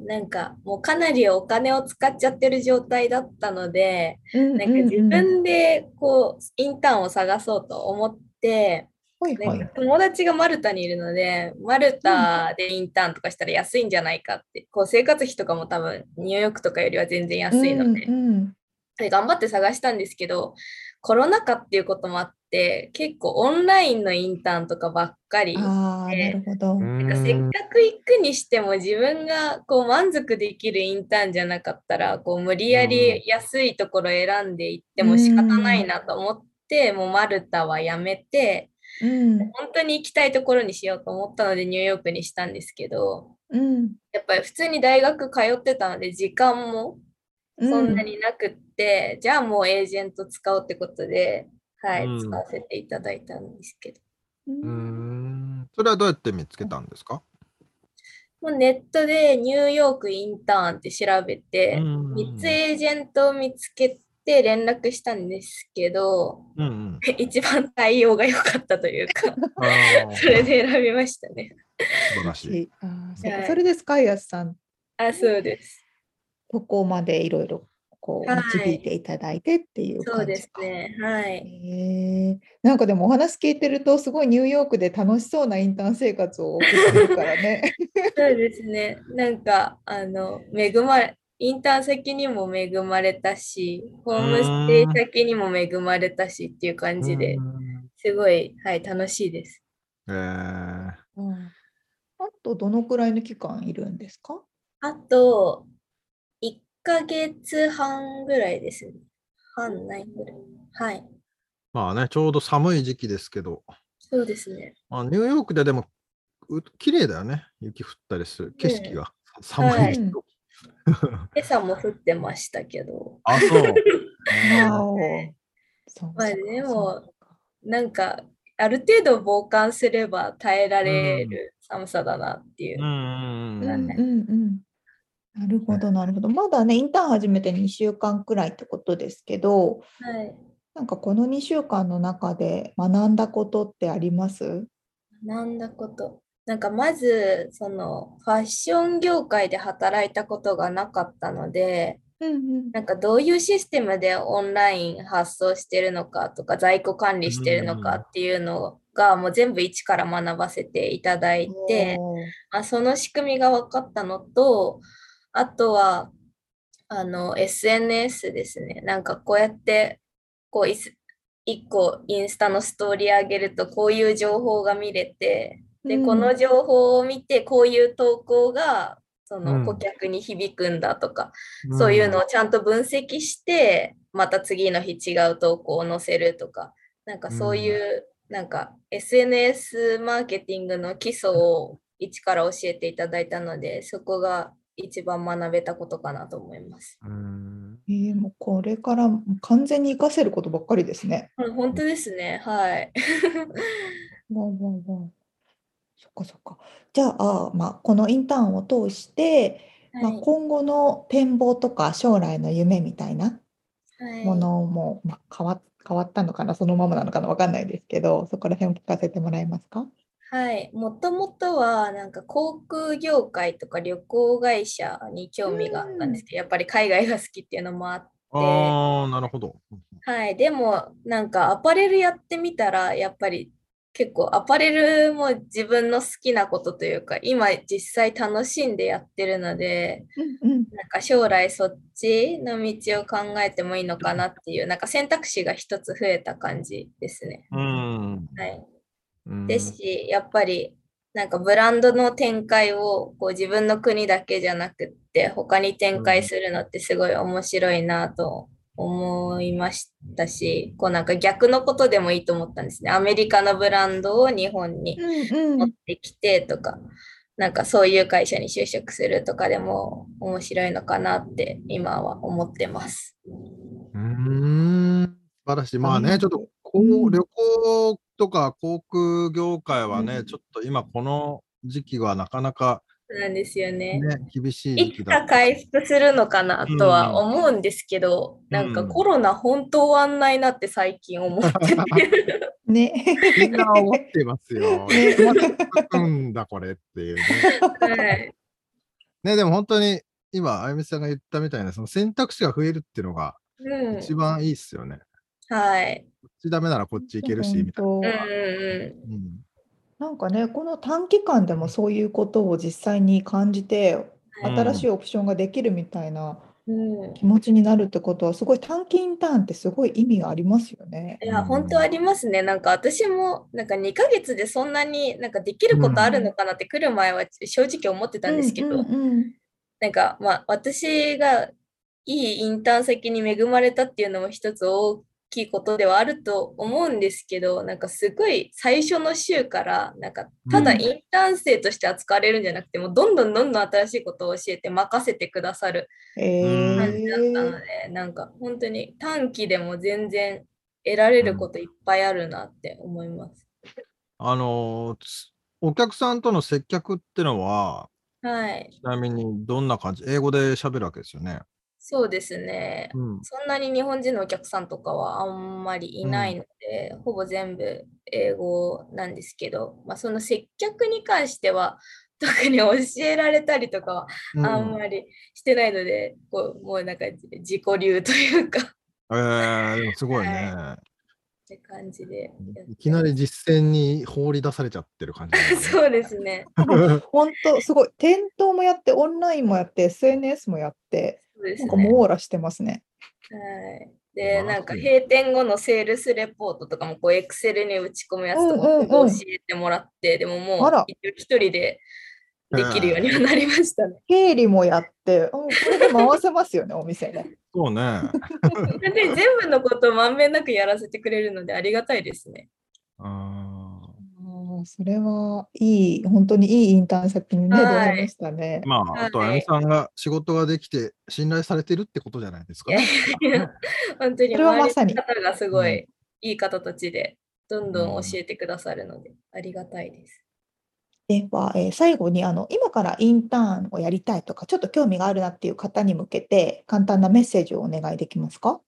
Speaker 6: なんかもうかなりお金を使っちゃってる状態だったので、
Speaker 1: うん
Speaker 6: なんか自
Speaker 1: うん
Speaker 6: 分でこう、インターンを探そうと思って、
Speaker 1: はいは
Speaker 6: ないんか友達がマルタにいるので、マルタでインターンとかしたら安いんじゃないかって、こう生活費とかも多分ニューヨークとかよりは全然安いので、
Speaker 1: うんうん
Speaker 6: で頑張って探したんですけど、コロナ禍っていうこともあって、結構オンラインのインターンとかばっかり。
Speaker 1: ああ、なるほど。
Speaker 3: うん
Speaker 6: なんかせっかく行くにしても自分がこう満足できるインターンじゃなかったらこう無理やり安いところ選んで行っても仕方ないなと思ってもうマルタはやめて
Speaker 1: うん
Speaker 6: 本当に行きたいところにしようと思ったのでニューヨークにしたんですけど
Speaker 1: うん
Speaker 6: やっぱり普通に大学通ってたので時間もそんなになくって、じゃあもうエージェント使おうってことで、はい
Speaker 3: うん
Speaker 6: 使わせていただいたんですけど。
Speaker 1: うん
Speaker 3: うーんそれはどうやって見つけたんですか、
Speaker 6: もうネットでニューヨークインターンって調べて、
Speaker 3: うん
Speaker 6: 3つエージェントを見つけて連絡したんですけど、
Speaker 3: うんうん、
Speaker 6: 一番対応が良かったというか、
Speaker 3: あ ー
Speaker 6: それで選びましたね。
Speaker 3: 素晴らしい。
Speaker 1: あーそうか
Speaker 6: はい
Speaker 1: それでスカイアスさん、
Speaker 6: あ、そうです。
Speaker 1: ここまでいろいろこう
Speaker 6: はい
Speaker 1: 導いていただいてっていう
Speaker 6: そう
Speaker 1: 感
Speaker 6: で
Speaker 1: じ
Speaker 6: す
Speaker 1: か。
Speaker 6: ね。はい。
Speaker 1: へえなんかでもお話聞いてるとすごいニューヨークで楽しそうなインターン生活を送ってるからね。
Speaker 6: そうですね。なんか、あの、恵まれ、インターン先にも恵まれたし、ホームステイ先にも恵まれたしっていう感じで
Speaker 3: う、ん
Speaker 6: すごい、はい、楽しいです。
Speaker 3: えー
Speaker 1: うんあとどのくらいの期間いるんですか
Speaker 6: あと、1ヶ月半ぐらいですね。半ないぐらい。はい。
Speaker 3: まあね、ちょうど寒い時期ですけど、
Speaker 6: そうですね。
Speaker 3: まあ、ニューヨークででもう綺麗だよね、雪降ったりする景色が、
Speaker 6: は
Speaker 3: 寒い
Speaker 6: い
Speaker 3: けど、
Speaker 6: 今朝も降ってましたけど、
Speaker 3: あ、そう。 ね
Speaker 1: わおそう
Speaker 6: まあ
Speaker 1: か
Speaker 6: でも
Speaker 1: そうか
Speaker 6: なんか、ある程度防寒すれば耐えられる寒さだなっていうう。
Speaker 3: んうん
Speaker 1: う
Speaker 3: うんん
Speaker 1: うんうん。なるほどなるほど。まだねインターン始めて2週間くらいってことですけど
Speaker 6: はい。
Speaker 1: なんかこの2週間の中で学んだことってあります
Speaker 6: 学んだこと。なんかまず、その、ファッション業界で働いたことがなかったので、
Speaker 1: うんうん
Speaker 6: なんかどういうシステムでオンライン発送してるのかとか在庫管理してるのかっていうのがもう全部一から学ばせていただいて、
Speaker 1: おー
Speaker 6: まあ、その仕組みが分かったのとあとはあの SNS ですねなんかこうやってこういす一個インスタのストーリー上げるとこういう情報が見れてで、
Speaker 1: うん
Speaker 6: この情報を見てこういう投稿がそ
Speaker 3: うん
Speaker 6: の顧客に響くんだとか、そういうのをちゃんと分析してまた次の日違う投稿を載せるとかなんかそういう、なんか SNS マーケティングの基礎を一から教えていただいたのでそこが一番学べたことかなと思います。
Speaker 3: うん
Speaker 1: えー、もうこれからもう完全に活かせることばっかりですね。
Speaker 6: うん本当ですね。 はい。
Speaker 1: わんわんわん。そっかそっか。じゃあ、まあ、このインターンを通して、まあ、
Speaker 6: はい
Speaker 1: 今後の展望とか将来の夢みたいな
Speaker 6: はい
Speaker 1: ものも、まあ、変わ変わったのかな、そのままなのかな、わかんないですけど、そこら辺を聞かせてもらえますか。
Speaker 6: はい、もともとはなんか航空業界とか旅行会社に興味があったんですけど、やっぱり海外が好きっていうのもあって、
Speaker 3: ああ、なるほど。
Speaker 6: はい、でもなんかアパレルやってみたらやっぱり結構アパレルも自分の好きなことというか今実際楽しんでやってるので
Speaker 1: うんうん、
Speaker 6: なんか将来そっちの道を考えてもいいのかなっていうなんか選択肢が一つ増えた感じですね。
Speaker 3: うん。
Speaker 6: はい
Speaker 3: うん
Speaker 6: ですし、やっぱりなんかブランドの展開をこう自分の国だけじゃなくって他に展開するのってすごい面白いなと思いましたし、こうなんか逆のことでもいいと思ったんですね。アメリカのブランドを日本に
Speaker 1: うん
Speaker 6: 持
Speaker 1: う
Speaker 6: っ
Speaker 1: ん、
Speaker 6: てきてとか、なんかそういう会社に就職するとかでも面白いのかなって今は思ってます。
Speaker 3: うーん素晴らしい。まあ
Speaker 1: う
Speaker 3: ね、
Speaker 1: ん
Speaker 3: ちょっとこ
Speaker 1: う
Speaker 3: うん旅行とか航空業界はね、
Speaker 1: うん
Speaker 3: ちょっと今この時期はなかなか、
Speaker 6: そうなんですよね
Speaker 3: ね。、 厳しい時
Speaker 6: い
Speaker 3: 期
Speaker 6: つ
Speaker 3: だ
Speaker 6: か。回復するのかなとは思うんですけど、なんかコロナ本当終わんないなって最近思ってて、
Speaker 1: ね。
Speaker 3: みんな思ってますよ。
Speaker 1: ね
Speaker 3: うんだこれっていうね。
Speaker 6: はい、
Speaker 3: ね、でも本当に今、あゆみさんが言ったみたいな、その選択肢が増えるっていうのが
Speaker 6: うん、
Speaker 3: 一番いいっすよね。
Speaker 6: はい、
Speaker 3: こっちダメならこっち行けるし、みたい
Speaker 6: う
Speaker 1: 本
Speaker 6: んう
Speaker 1: 当
Speaker 6: ん
Speaker 3: な。うん
Speaker 1: なんかね、この短期間でもそういうことを実際に感じて、
Speaker 3: うん
Speaker 1: 新しいオプションができるみたいな
Speaker 6: うん、うん
Speaker 1: 気持ちになるってことは、すごい短期インターンってすごい意味がありますよね。
Speaker 6: いや、本当ありますね。なんか私も、なんか2ヶ月でそんなになんかできることあるのかなって来る前は正直思ってたんですけど、
Speaker 1: うんうんうん
Speaker 6: なんかまあ私がいいインターン先に恵まれたっていうのも一つ大きいことではあると思うんですけどなんかすごい最初の週からなんかただ
Speaker 3: うん
Speaker 6: インターン生として扱われるんじゃなくてもうどんどんどんどん新しいことを教えて任せてくださる
Speaker 1: え
Speaker 6: 感じだったの
Speaker 1: ー
Speaker 6: で、なんか本当に短期でも全然得られることいっぱいあるなって思います。
Speaker 3: あのーつお客さんとの接客ってのは、
Speaker 6: はい、
Speaker 3: ちなみにどんな感じ英語で喋るわけですよね。
Speaker 6: そうですね。
Speaker 3: うん。
Speaker 6: そんなに日本人のお客さんとかはあんまりいないので、ほぼ全部英語なんですけど、まあ、その接客に関しては 特に教えられたりとかは
Speaker 3: うん
Speaker 6: あんまりしてないので、こうもうなんか自己流というか っ
Speaker 3: えー、でもすごいね、
Speaker 6: て感じでやって
Speaker 3: い。きなり実践に放り出されちゃってる感じだ ね、
Speaker 6: そうですね。
Speaker 1: 本当すごい店頭もやってオンラインもやって SNS もやって
Speaker 6: そうです
Speaker 1: なん
Speaker 6: ね
Speaker 1: か網羅してますね。
Speaker 6: はい
Speaker 3: 素
Speaker 6: で
Speaker 3: 晴らしい
Speaker 6: なんか閉店後のセールスレポートとかもこうエクセルに打ち込むやつとか
Speaker 1: うんうんう
Speaker 6: も
Speaker 1: ん
Speaker 6: 教えてもらって、でもも
Speaker 1: あら
Speaker 6: う一応一人でできるようにはなりましたね。
Speaker 1: 経理もやって、うん、これで回せます よねお店ね。
Speaker 3: そうね。
Speaker 6: で全部のことをまんべんなくやらせてくれるのでありがたいですね。
Speaker 3: うん
Speaker 1: あーそれはいい本当にいいインターン先にね出
Speaker 6: はい
Speaker 1: 会いましたね。
Speaker 3: まあ、あと、あゆみさんが仕事ができて信頼されてるってことじゃないですか、ね。
Speaker 6: 本当に
Speaker 1: それはま
Speaker 6: 周
Speaker 1: さ
Speaker 6: り
Speaker 1: に
Speaker 6: の方がすご
Speaker 3: う
Speaker 6: いいい方たちでどんど
Speaker 3: うん
Speaker 6: ん教えてくださるのでありがたいです。
Speaker 1: では、えー最後にあの今からインターンをやりたいとかちょっと興味があるなっていう方に向けて簡単なメッセージをお願いできますか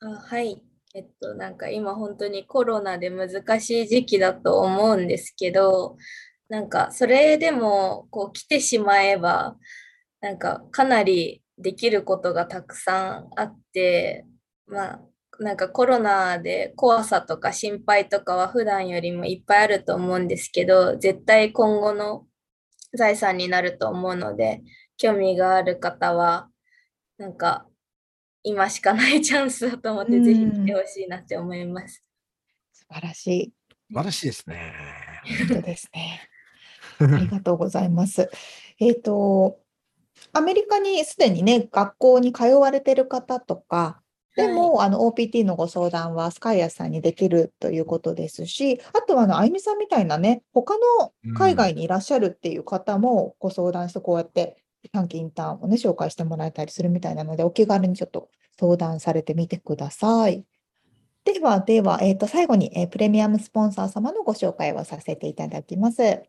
Speaker 6: あはい。えっと、なんか今本当にコロナで難しい時期だと思うんですけど、なんかそれでもこう来てしまえば、なんかかなりできることがたくさんあって、まあ、なんかコロナで怖さとか心配とかは普段よりもいっぱいあると思うんですけど、絶対今後の財産になると思うので、興味がある方は、なんか今しかないチャンスだと思って、ぜひ来てほしいなって思います。
Speaker 4: 素晴らしい。
Speaker 3: 晴らしいですね。
Speaker 4: 本当ですね。 ありがとうございます。えっと、アメリカにすでにね、学校に通われてる方とか、でも、あの OPT のご相談はスカイアさんにできるということですし、あとはあのあゆみさんみたいなね、他の 海外にいらっしゃるっていう方もご相談して、こうやって短期インターンをね、紹介してもらえたりするみたいなので、お気軽にちょっと相談されてみてください。では、では、えっと、最後に、えープレミアムスポンサー様のご紹介をさせていただきます。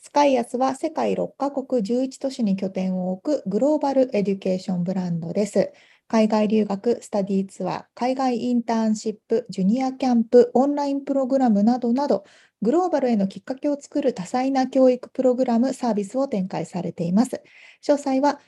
Speaker 4: スカイアスは世界6カ国11都市に拠点を置くグローバルエデュケーションブランドです。海外留学、スタディーツアー、海外インターンシップ、ジュニアキャンプ、オンラインプログラムなどなど、グローバルへのきっかけを作る多彩な教育プログラム、サービスを展開されています。詳細は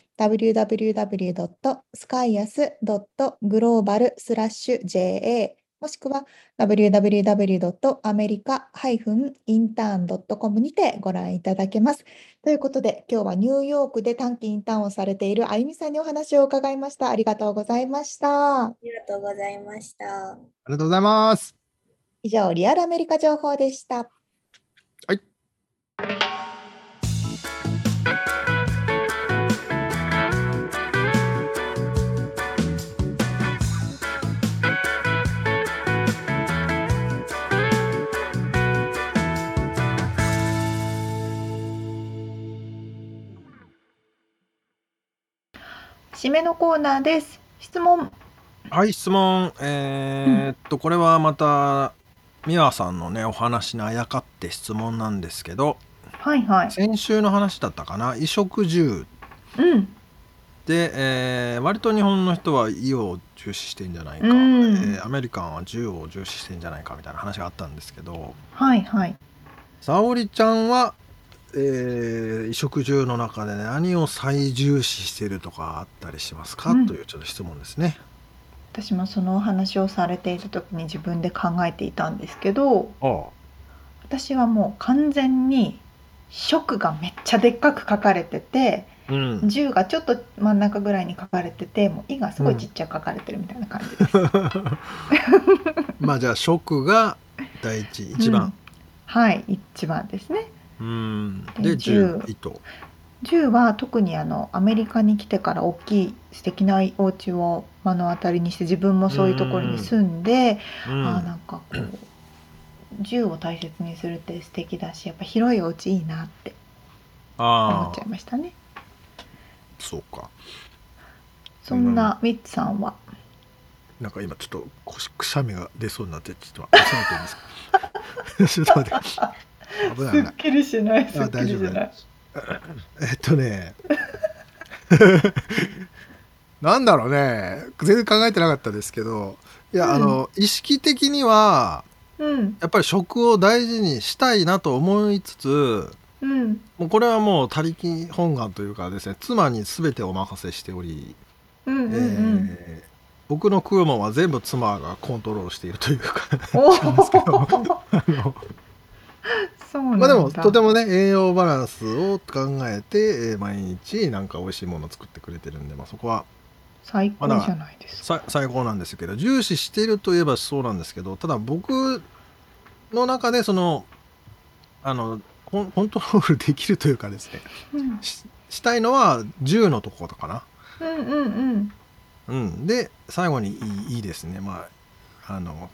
Speaker 4: www.skyas.global/ja もしくは www.america-intern.com にてご覧いただけます。ということで、今日はニューヨークで短期インターンをされているあゆみさんにお話を伺いました。ありがとうございました。
Speaker 6: ありがとうございました。
Speaker 3: ありがとうございます。
Speaker 4: 以上、リアルアメリカ情報でした。締めのコーナーです。質問。
Speaker 3: はい、質問。えーっと、これはまた、美和さんのね、お話にあやかって質問なんですけど、
Speaker 4: はいはい。
Speaker 3: 先週の話だったかな、衣食住
Speaker 4: うん。
Speaker 3: で、えー割と日本の人は意を重視してんじゃないか、
Speaker 4: うん
Speaker 3: えーアメリカンは銃を重視してんじゃないかみたいな話があったんですけど、
Speaker 4: はいはい。
Speaker 3: 沙織ちゃんは、えー、衣食住の中で何を最重視してるとかあったりしますか、
Speaker 4: うん
Speaker 3: というちょっと質問ですね。
Speaker 4: 私もそのお話をされていた時に自分で考えていたんですけど
Speaker 3: あ
Speaker 4: 私はもう完全に「食」がめっちゃでっかく書かれてて
Speaker 3: あ、うん
Speaker 4: 「、銃」がちょっと真ん中ぐらいに書かれててもう「い」がすごいちっちゃく書かれてるみたいな感じです。
Speaker 3: まあじゃあ食が第一一
Speaker 4: うん
Speaker 3: 番、
Speaker 4: はい一番ですね。
Speaker 3: うん、
Speaker 4: で
Speaker 3: で
Speaker 4: 銃
Speaker 3: 10位と、
Speaker 4: 銃は特にあのアメリカに来てから大きい素敵なお家を目の当たりにして自分もそういうところに住んで、
Speaker 3: うん
Speaker 4: あーなんかこう銃を大切にするって素敵だしやっぱ広いお家いいなって思
Speaker 3: あ
Speaker 4: っちゃ
Speaker 3: あ
Speaker 4: いましたね
Speaker 3: そうか
Speaker 4: そんなミッツさんは
Speaker 3: なんか今ちょっとこしくしゃみが出そうになってちょっと待って収めていい ですかちょっと待って危ない危ない
Speaker 4: っきりし ない
Speaker 3: あ大丈夫大丈夫えっとね なんだろうね全然考えてなかったですけどいや、あの意識的には
Speaker 4: うん
Speaker 3: やっぱり食を大事にしたいなと思いつつ
Speaker 4: うん
Speaker 3: もうこれはもう他力本願というかですね妻に全てお任せしており、
Speaker 4: うんうんうん、
Speaker 3: えー僕の食うもんは全部妻がコントロールしているというか
Speaker 4: お
Speaker 3: なんですけど
Speaker 4: お
Speaker 3: あの
Speaker 4: そう なん
Speaker 3: ま
Speaker 4: だ
Speaker 3: あでもとてもね栄養バランスを考えて、えー毎日なんか美味しいものを作ってくれてるんで、まあ、そこは
Speaker 4: 最高じゃないですか
Speaker 3: さ最高なんですけど重視してるといえばそうなんですけどただ僕の中でそのあのコンコントロールできるというかですね
Speaker 4: うん
Speaker 3: ししたいのは10のところとかな。
Speaker 4: うんうんうん
Speaker 3: うん、で最後にいいいいですねまああの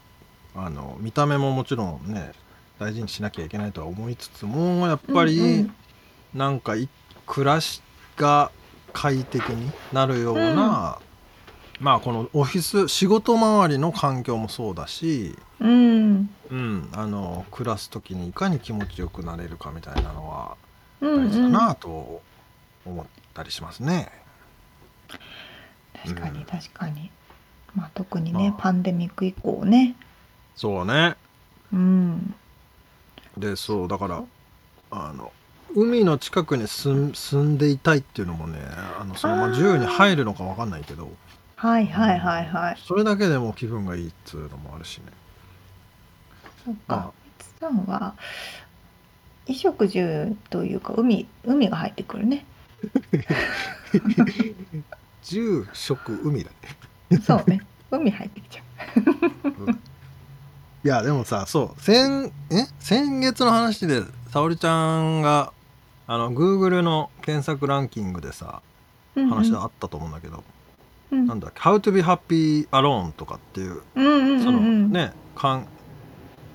Speaker 3: あの見た目ももちろんね大事にしなきゃいけないとは思いつつもやっぱり、
Speaker 4: うんうん
Speaker 3: なんかい暮らしが快適になるような、まあこのオフィス仕事周りの環境もそうだし、
Speaker 4: うん
Speaker 3: うん、あの暮らす時にいかに気持ちよくなれるかみたいなのは
Speaker 4: う
Speaker 3: 大
Speaker 4: ん
Speaker 3: 事
Speaker 4: う
Speaker 3: だ
Speaker 4: ん
Speaker 3: なと思ったりしますね。
Speaker 4: 確か
Speaker 3: うん
Speaker 4: に確かに、まあ特にね、
Speaker 3: まあ
Speaker 4: パンデミック以降ね
Speaker 3: そうね
Speaker 4: うん
Speaker 3: でそうだからあの海の近くに住ん住んでいたいっていうのもねあのそのま
Speaker 4: あ
Speaker 3: あ
Speaker 4: ー
Speaker 3: 銃に入るのかわかんないけど
Speaker 4: はいはいはいはい
Speaker 3: それだけでも気分がいいっつうのもあるしね
Speaker 4: そう
Speaker 3: あ
Speaker 4: かミツさんは衣食 住というか海海が入ってくるね
Speaker 3: 住職海だね
Speaker 4: そうね。海入ってきちゃう。
Speaker 3: いやでもさそう先え先月の話で沙織ちゃんがあの Google の検索ランキングでさ
Speaker 4: うんうん
Speaker 3: 話があったと思うんだけど、
Speaker 4: うん
Speaker 3: なんだっけ「How to be happy alone」とかっていう
Speaker 4: うんうん
Speaker 3: その
Speaker 4: うんうん。
Speaker 3: ねかん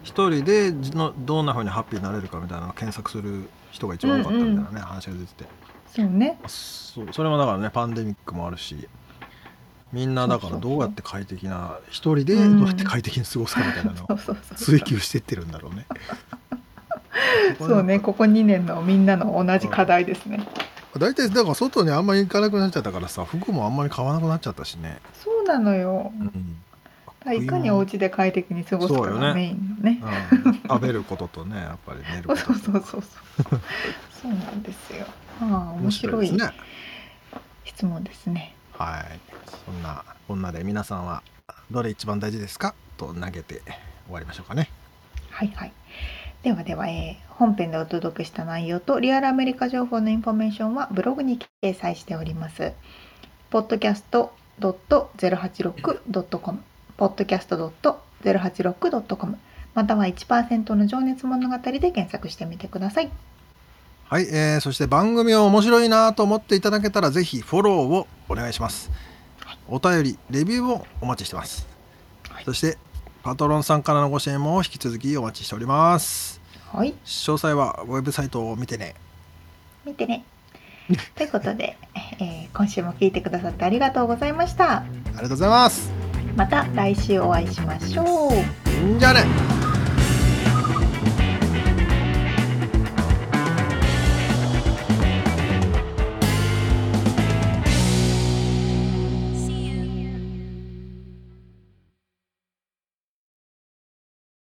Speaker 3: 一人でじのどんな風にハッピーになれるかみたいなのを検索する人が一番多かったみたいなね、話が出てて
Speaker 4: そうね。
Speaker 3: そうそれもだからねパンデミックもあるしみんなだからどうやって快適な一人でどうやって快適に過ごすかみたいなのを
Speaker 4: そうそうそう。
Speaker 3: 追求してってるんだろうね。
Speaker 4: そうね。ここ2年のみんなの同じ課題ですね。
Speaker 3: 大体だから外にあんまり行かなくなっちゃったからさ服もあんまり買わなくなっちゃったしね。
Speaker 4: そうなのよ。 いかにお家で快適に過ごすか
Speaker 3: そうよね
Speaker 4: がメインのね
Speaker 3: う。ん食べることとねやっぱり寝る
Speaker 4: そ
Speaker 3: こ
Speaker 4: う
Speaker 3: と
Speaker 4: そうそうそう。そうなんですよ。ああ、面白い
Speaker 3: ですね。
Speaker 4: 質問ですね。
Speaker 3: はいそんなこんなで皆さんはどれ一番大事ですかと投げて終わりましょうかね。
Speaker 4: はいはい。ではでは、えー本編でお届けした内容とリアルアメリカ情報のインフォメーションはブログに掲載しております。podcast.086.com podcast.086.com または1%の情熱物語で検索してみてください。
Speaker 3: はい、えーそして番組を面白いなと思っていただけたらぜひフォローをお願いします。お便り、レビューをお待ちしてます。そしてパトロンさんからのご支援も引き続きお待ちしております。
Speaker 4: はい、
Speaker 3: 詳細はウェブサイトを見てね。
Speaker 4: 見てね。ということで、えー今週も聞いてくださってありがとうございました。
Speaker 3: ありがとうございます。
Speaker 4: また来週お会いしましょう。
Speaker 3: じゃあね。
Speaker 4: バイバイ